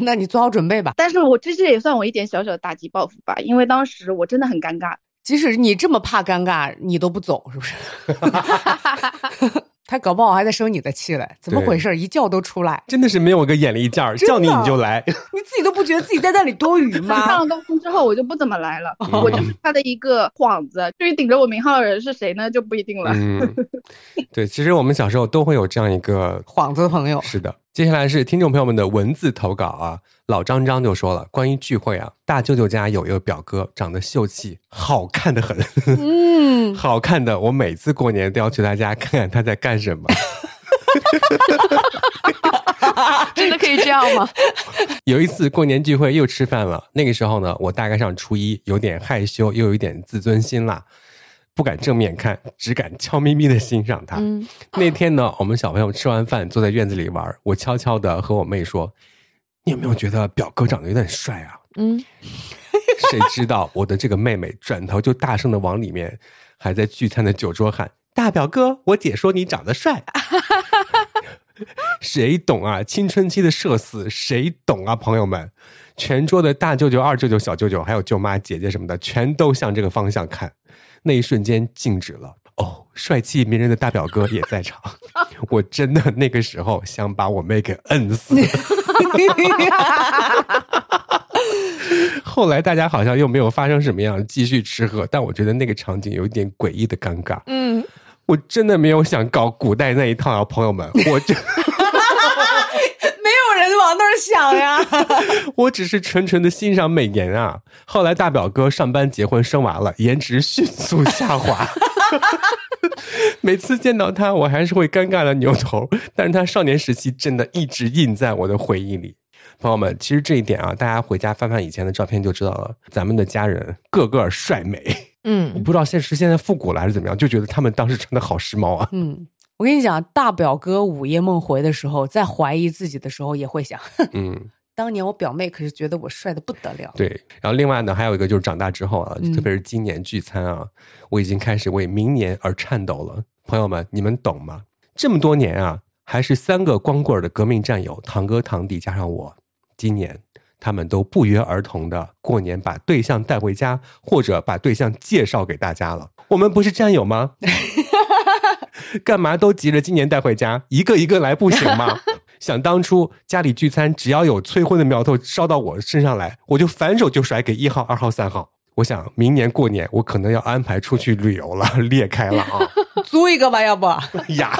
Speaker 2: 那你做好准备吧。
Speaker 8: 但是我这这也算我一点小小的打击报复吧，因为当时我真的很尴尬。
Speaker 2: 即使你这么怕尴尬，你都不走，是不 是？他搞不好还在生你的气嘞，怎么
Speaker 1: 对
Speaker 2: 回事？一觉都出来，
Speaker 1: 真的是没有个眼力劲儿，
Speaker 2: 真的
Speaker 1: 叫你你就来。
Speaker 2: 你自己都不觉得自己在那里多余
Speaker 8: 上
Speaker 2: 吗？
Speaker 8: 了高中之后，我就不怎么来了，
Speaker 1: 嗯
Speaker 8: 我就是他的一个幌子。至于顶着我名号的人是谁呢，就不一定了。
Speaker 1: 嗯，对，其实我们小时候都会有这样一个
Speaker 2: 幌子的朋 友，
Speaker 1: 是的，接下来是听众朋友们的文字投稿啊。老张张就说了，关于聚会啊，大舅舅家有一个表哥，长得秀气，好看的很，
Speaker 2: 嗯，
Speaker 1: 好看的，我每次过年都要去他家看看他在干什么。
Speaker 3: 真的可以这样 吗？
Speaker 1: 有一次过年聚会又吃饭了，那个时候呢，我大概上初一，有点害羞，又有一点自尊心啦，不敢正面看，只敢悄咪咪的欣赏他。
Speaker 3: 嗯，
Speaker 1: 那天呢，我们小朋友吃完饭坐在院子里玩儿，我悄悄的和我妹说：“你有没有觉得表哥长得有点帅啊？”
Speaker 3: 嗯，
Speaker 1: 谁知道我的这个妹妹转头就大声的往里面还在聚餐的酒桌喊：“大表哥，我姐说你长得帅。” 谁懂啊？青春期的社死，谁懂啊？朋友们，全桌的大舅舅、二舅舅、小舅舅，还有舅妈、姐姐什么的，全都向这个方向看。那一瞬间静止了。哦，帅气迷人的大表哥也在场。我真的那个时候想把我妹给摁死。 后来大家好像又没有发生什么样，继续吃喝。但我觉得那个场景有一点诡异的尴尬。
Speaker 3: 嗯，
Speaker 1: 我真的没 有想搞古代那一套啊，朋友们，我真
Speaker 2: 没有人往那儿想呀？
Speaker 1: 我只是纯纯的欣赏美颜啊。后来大表哥上班、结婚、生娃了，颜值迅速下滑。 每次见到他，我还是会尴尬的扭头，但是他少年时期真的一直印在我的回忆里。朋友们，其实这一点啊，大家回家翻翻以前的照片就知道了。咱们的家人个个帅美，我
Speaker 3: 嗯，
Speaker 1: 不知道现实现在复古了还是怎么样，就觉得他们当时真的好时髦啊。
Speaker 2: 嗯，我跟你讲，大表哥午夜梦回的时候，在怀疑自己的时候，也会想，
Speaker 1: 嗯，
Speaker 2: 当年我表妹可是觉得我帅的不得了。
Speaker 1: 对。然后另外呢，还有一个就是长大之后啊，
Speaker 2: 嗯
Speaker 1: 特别是今年聚餐啊，我已经开始为明年而颤抖了。朋友们，你们懂吗？这么多年啊，还是三个光棍儿的革命战友，堂哥、堂弟加上我，今年。他们都不约而同的过年把对象带回家，或者把对象介绍给大家了。我们不是战友吗？ 干嘛都急着今年带回家，一个一个来不行吗？ 想当初家里聚餐，只要有催婚的苗头烧到我身上来，我就反手就甩给一号、二号、三号。我想明年过年我可能要安排出去旅游了，裂开了啊！
Speaker 2: 租一个吧，要不？
Speaker 1: 呀，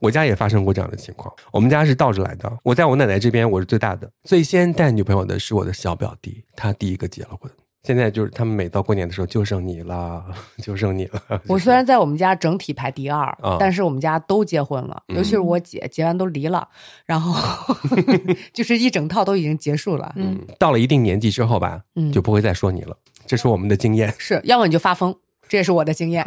Speaker 1: 我家也发生过这样的情况。我们家是倒着来的，我在我奶奶这边我是最大的，最先带女朋友的是我的小表弟，他第一个结了婚。现在就是他们每到过年的时候就剩你了， 就剩你了。
Speaker 2: 我虽然在我们家整体排第二，
Speaker 1: 啊
Speaker 2: 但是我们家都结婚了，
Speaker 1: 嗯
Speaker 2: 尤其是我姐结完都离了，然后 就是一整套都已经结束了。
Speaker 1: 嗯，到了一定年纪之后吧，
Speaker 2: 嗯
Speaker 1: 就不会再说你了。这是我们的经验。
Speaker 2: 是，要么你就发疯，这也是我的经验。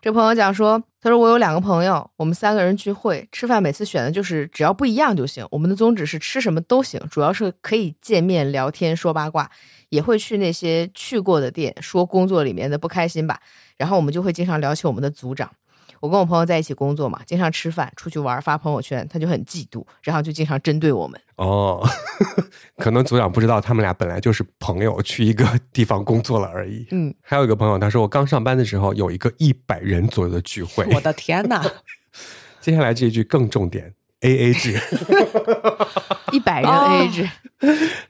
Speaker 3: 这朋友讲说，他说我有两个朋友，我们三个人聚会吃饭，每次选的就是只要不一样就行。我们的宗旨是吃什么都行，主要是可以见面聊天说八卦，也会去那些去过的店说工作里面的不开心吧。然后我们就会经常聊起我们的组长。我跟我朋友在一起工作嘛，经常吃饭、出去玩、发朋友圈，他就很嫉妒，然后就经常针对我们。
Speaker 1: 哦， 可能组长不知道他们俩本来就是朋友，去一个 地方工作了而已。
Speaker 3: 嗯，
Speaker 1: 还有一个朋友，他说我刚上班的时候有一个一百人左右的聚会。
Speaker 2: 我的天哪！
Speaker 1: 接下来这一句更重点，A A 制。
Speaker 3: 一百人
Speaker 2: 哦
Speaker 3: AA 制，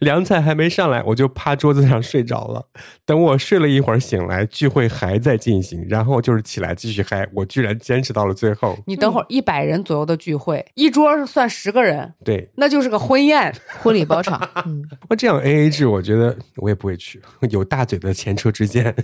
Speaker 1: 凉菜还没上来，我就趴桌子上睡着了。等我睡了一会儿醒来，聚会还在进行，然后就是起来继续嗨。我居然坚持到了最后。
Speaker 2: 你等会儿一百人左右的聚会，一桌算十个人，
Speaker 1: 对，
Speaker 2: 那就是个婚宴。
Speaker 3: 婚礼包场。嗯，
Speaker 1: 那这样 A A 制，我觉得我也不会去，有大嘴的前车之鉴。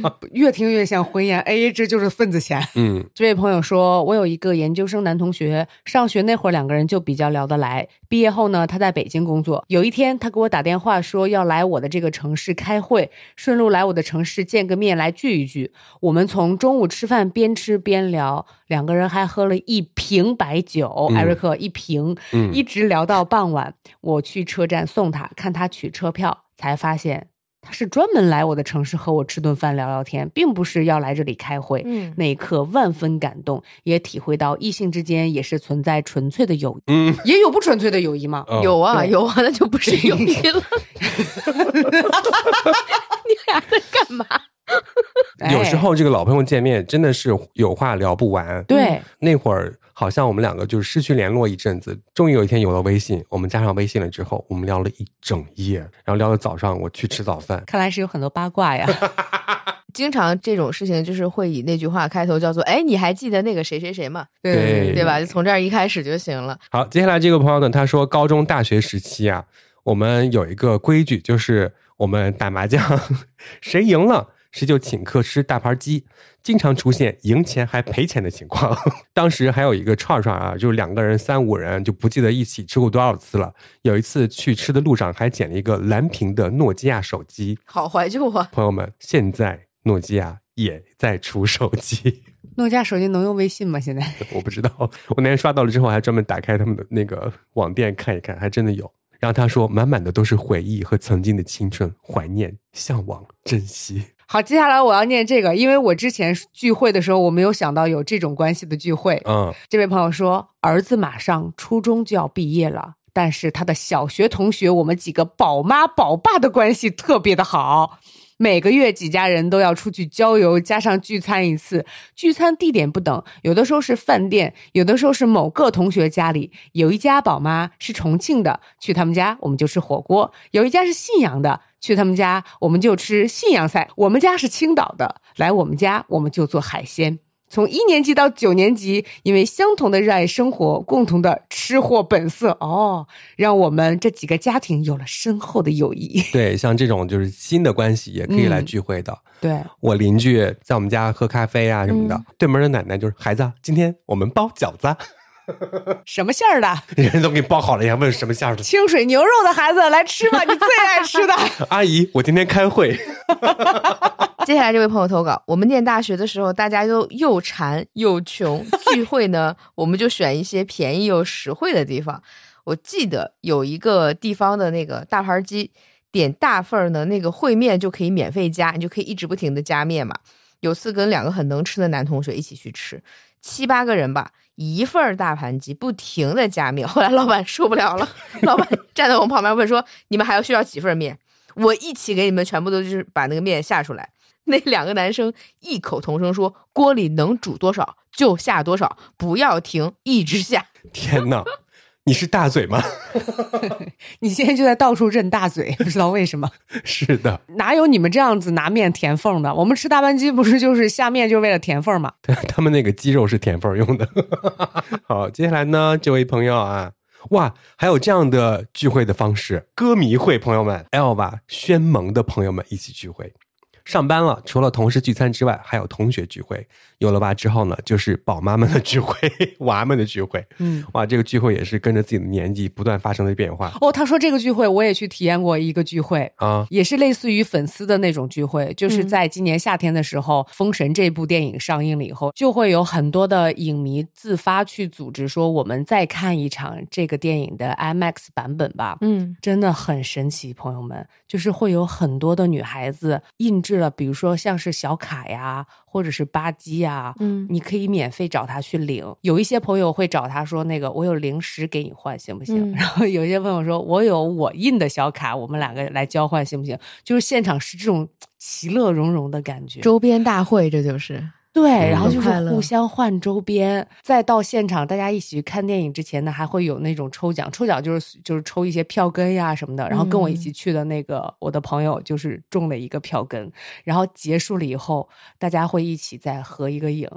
Speaker 2: 越听越像婚宴，A A 制就是份子钱。
Speaker 1: 嗯，
Speaker 2: 这位朋友说，我有一个研究生男同学，上学那会儿两个人就比较聊得来。毕业后呢，他在北京工作。有一天，他给我打电话说要来我的这个城市开会，顺路来我的城市见个面，来聚一聚。我们从中午吃饭边吃边聊，两个人还喝了一瓶白酒，
Speaker 1: 嗯
Speaker 2: 艾瑞克一瓶，
Speaker 1: 嗯
Speaker 2: 一直聊到傍晚。我去车站送他，看他取车票，才发现。他是专门来我的城市和我吃顿饭聊聊天，并不是要来这里开会。
Speaker 3: 嗯
Speaker 2: 那一刻万分感动，也体会到异性之间也是存在纯粹的友谊，
Speaker 1: 嗯，
Speaker 2: 也有不纯粹的友谊吗？
Speaker 1: 哦
Speaker 3: 有啊
Speaker 2: 对
Speaker 3: 有啊，那就不是友谊 了。你俩在干嘛？
Speaker 1: 有时
Speaker 2: 哎
Speaker 1: 候这个老朋友见面真的是有话聊不完。
Speaker 2: 对，
Speaker 1: 那会儿好像我们两个就是失去联络一阵子，终于有一天有了微信，我们加上微信了之后，我们聊了一整夜，然后聊到早上我去吃早饭。
Speaker 2: 看来是有很多八卦呀。
Speaker 3: 经常这种事情就是会以那句话开头叫做“哎，你还记得那个谁谁谁吗？”
Speaker 1: 对
Speaker 3: 对吧？就从这儿一开始就行了。
Speaker 1: 好，接下来这个朋友呢，他说高中、大学时期啊，我们有一个规矩，就是我们打麻将， 谁赢了谁就请客吃大盘鸡，经常出现赢钱还赔钱的情况。 当时还有一个串串啊，就是两个人、三五人就不记得一起吃过多少次了。有一次去吃的路上还捡了一个蓝屏的诺基亚手机，
Speaker 3: 好怀旧啊！
Speaker 1: 朋友们，现在诺基亚也在出手机。
Speaker 2: 诺基亚手机能用微信吗？现在
Speaker 1: 我不知道。我那天刷到了之后，还专门打开他们的那个网店看一看，还真的有。然后他说，满满的都是回忆和曾经的青春、怀念、向往、珍惜。
Speaker 2: 好，接下来我要念这个，因为我之前聚会的时候，我没有想到有这种关系的聚会。
Speaker 1: 嗯，
Speaker 2: 这位朋友说，儿子马上初中就要毕业了。但是他的小学同学，我们几个宝妈宝爸的关系特别的好，每个月几家人都要出去郊游，加上聚餐一次。聚餐地点不等，有的时候是饭店，有的时候是某个同学家里。有一家宝妈是重庆的，去他们家我们就吃火锅；有一家是信阳的，去他们家我们就吃信阳菜；我们家是青岛的，来我们家我们就做海鲜。从一年级到九年级，因为相同的热爱生活，共同的吃货本色，哦，让我们这几个家庭有了深厚的友谊。
Speaker 1: 对，像这种就是新的关系也可以来聚会的。
Speaker 2: 对，
Speaker 1: 我邻居在我们家喝咖啡啊什么的，对门的奶奶就是孩子啊，今天我们包饺子啊，
Speaker 2: 什么馅儿的？
Speaker 1: 人家都给你包好了，你还问什么馅儿的？
Speaker 2: 清水牛肉的孩子来吃吧，你最爱吃 的。
Speaker 1: 阿姨，我今天开会，
Speaker 3: 接下来这位朋友投稿，我们念大学的时候，大家都又馋又穷，聚会呢，我们就选一些便宜又实惠的地方。我记得有一个地方的那个大盘鸡，点大份儿的那个烩面就可以免费加，你就可以一直不停的加面嘛。有次跟两个很能吃的男同学一起去吃，七八个人吧，一份儿大盘鸡不停的加面。后来老板受不了 了，老板站在我旁边问说：“你们还要需要几份面？我一起给你们全部都就是把那个面下出来。” 那两个男生异口同声说：“锅里能煮多少就下多少，不要停，一直下。
Speaker 1: 天哪！你是大嘴吗？
Speaker 2: 你现在就在到处认大嘴，不知道为什么，
Speaker 1: 是的，
Speaker 2: 哪有你们这样子拿面填缝的？我们吃大盘鸡不是就是下面就是为了填缝吗？
Speaker 1: 他们那个鸡肉是填缝儿用的。 好，接下来呢，这位朋友啊，哇，还有这样的聚会的方式，歌迷会，朋友们，Elva 宣盟的朋友们一起聚会。上班了，除了同事聚餐之外，还有同学聚会。有了娃之后呢，就是宝妈们的聚会， 娃们的聚会。
Speaker 2: 嗯，
Speaker 1: 哇，这个聚会也是跟着自己的年纪不断发生的变化
Speaker 2: 哦，他说这个聚会我也去体验过一个聚会，
Speaker 1: 啊。
Speaker 2: 也是类似于粉丝的那种聚会，就是
Speaker 3: 嗯
Speaker 2: 在今年夏天的时候，封神》这部电影上映了以后，就会有很多的影迷自发去组织说，我们再看一场这个电影的 IMAX 版本吧。
Speaker 3: 嗯
Speaker 2: 真的很神奇，朋友们，就是会有很多的女孩子印制了，比如说像是小卡呀，或者是吧唧呀，
Speaker 3: 嗯
Speaker 2: 你可以免费找他去领。有一些朋友会找他说，那个我有零食给你换，行不行？
Speaker 3: 嗯
Speaker 2: 然后有一些朋友说我有我印的小卡，我们两个来交换，行不行？就是现场是这种其乐融融的感觉，
Speaker 3: 周边大会，这就是
Speaker 2: 对，
Speaker 1: 嗯
Speaker 2: 然后就是
Speaker 3: 快乐
Speaker 2: 互相换周边，再到现场大家一起去看电影之前呢，还会有那种抽奖，抽奖就是就是抽一些票根呀什么的。然后跟我一
Speaker 3: 嗯
Speaker 2: 起去的那个、我的朋友就是中了一个票根，然后结束了以后，大家会一起再合一个影，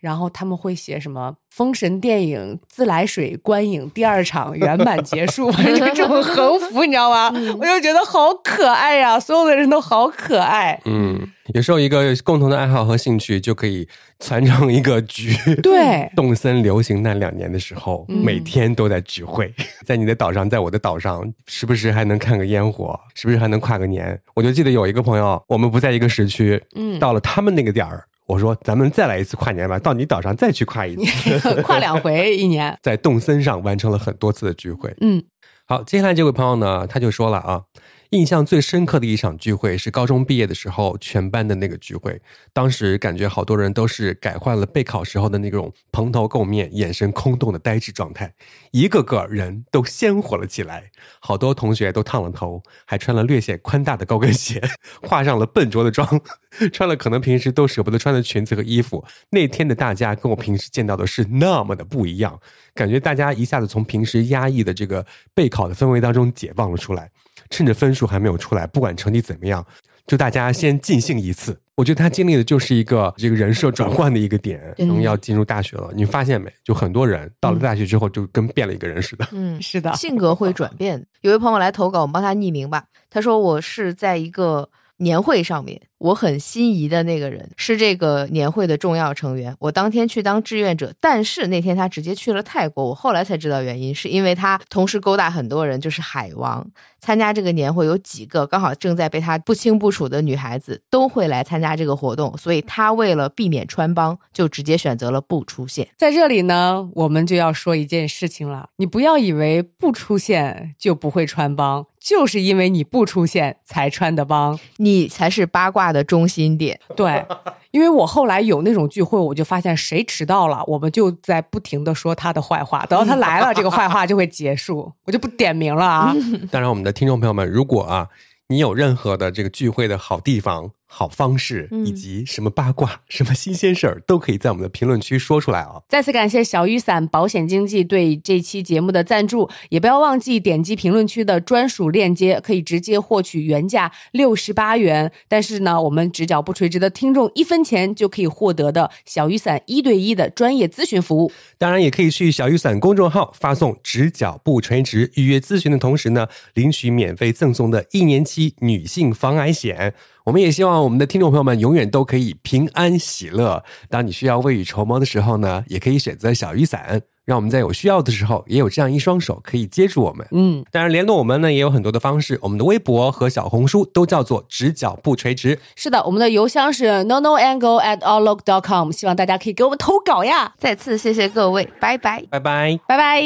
Speaker 2: 然后他们会写什么“封神电影自来水观影第二场圆满结束”，反正就是这种横幅，你知道吗？
Speaker 3: 嗯
Speaker 2: 我就觉得好可爱呀、所有的人都好可爱。
Speaker 1: 嗯，有时候一个共同的爱好和兴趣就可以攒成一个局。
Speaker 2: 对，
Speaker 1: 动森流行那两年的时候，
Speaker 2: 嗯
Speaker 1: 每天都在聚会， 在你的岛上，在我的岛上，时不时还能看个烟火，时不时还能跨个年。我就记得有一个朋友，我们不在一个时区，
Speaker 2: 嗯
Speaker 1: 到了他们那个点儿，我说咱们再来一次跨年吧，到你岛上再去跨一次。
Speaker 2: 跨两回一年。
Speaker 1: 在动森上完成了很多次的聚会。
Speaker 2: 嗯
Speaker 1: 好，接下来这位朋友呢，他就说了啊，印象最深刻的一场聚会是高中毕业的时候全班的那个聚会，当时感觉好多人都是改换了备考时候的那种蓬头垢面、眼神空洞的呆滞状态，一个个人都鲜活了起来，好多同学都烫了头，还穿了略显宽大的高跟鞋， 化上了笨拙的妆， 穿了可能平时都舍不得穿的裙子和衣服。那天的大家跟我平时见到的是那么的不一样，感觉大家一下子从平时压抑的这个备考的氛围当中解放了出来，趁着分数还没有出来，不管成绩怎么样，就大家先尽兴一次。我觉得他经历的就是一个这个人设转换的一个点，
Speaker 3: 嗯
Speaker 1: 然后要进入大学了。你发现没？就很多人到了大学之后就跟变了一个人似的。
Speaker 3: 嗯，
Speaker 2: 是的，
Speaker 3: 性格会转变。有位朋友来投稿，我们帮他匿名吧。他说我是在一个年会上面，我很心仪的那个人是这个年会的重要成员。我当天去当志愿者，但是那天他直接去了泰国。我后来才知道原因，是因为他同时勾搭很多人，就是海王。参加这个年会有几个刚好正在被他不清不楚的女孩子都会来参加这个活动，所以他为了避免穿帮，就直接选择了不出现。
Speaker 2: 在这里呢，我们就要说一件事情了。你不要以为不出现就不会穿帮，就是因为你不出现才穿的帮。
Speaker 3: 你才是八卦的中心点。
Speaker 2: 对，因为我后来有那种聚会，我就发现谁迟到了，我们就在不停的说他的坏话，等到他来了，这个坏话就会结束。我就不点名了啊。
Speaker 1: 当然，我们的听众朋友们，如果啊，你有任何的这个聚会的好地方、好方式，以及什么八卦、什么新鲜事儿，都可以在我们的评论区说出来啊。
Speaker 2: 再次感谢小雨伞保险经纪对这期节目的赞助，也不要忘记点击评论区的专属链接，可以直接获取原价六十八元，但是呢，我们只缴不垂直的听众一分钱就可以获得的小雨伞一对一的专业咨询服务。
Speaker 1: 当然，也可以去小雨伞公众号发送“直角不垂直”预约咨询的同时呢，领取免费赠送的一年期女性防癌险。我们也希望我们的听众朋友们永远都可以平安喜乐。当你需要未雨绸缪的时候呢，也可以选择小雨伞，让我们在有需要的时候也有这样一双手可以接住我们。
Speaker 2: 嗯，
Speaker 1: 当然，联络我们呢也有很多的方式，我们的微博和小红书都叫做“直角不垂直
Speaker 2: 是的，我们的邮箱是 no no angle at outlook dot com，希望大家可以给我们投稿呀，
Speaker 3: 再次谢谢各位，拜拜”。。
Speaker 1: 拜拜。
Speaker 2: 拜拜。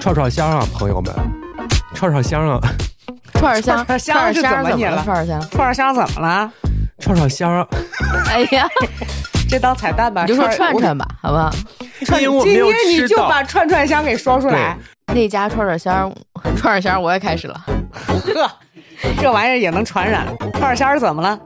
Speaker 1: 串串香啊，朋友们，串串香啊，
Speaker 3: 串儿香，
Speaker 2: 串儿香
Speaker 3: 串儿
Speaker 2: 是
Speaker 3: 香
Speaker 2: 怎么
Speaker 3: 怎
Speaker 2: 你
Speaker 3: 么
Speaker 2: 了
Speaker 3: 了？串儿香，
Speaker 2: 串香怎么了？
Speaker 1: 串串香啊，
Speaker 3: 哎呀，
Speaker 2: 这当彩蛋吧，
Speaker 3: 你就说串
Speaker 2: 我
Speaker 3: 串吧，好不好？
Speaker 1: 因为我没有
Speaker 2: 今天你
Speaker 1: 吃
Speaker 2: 就
Speaker 1: 到
Speaker 2: 把串串香给说出来，
Speaker 3: 那家串 串香，串串香，我也开始了。
Speaker 2: 呵，这玩意儿也能传染。串香怎么了？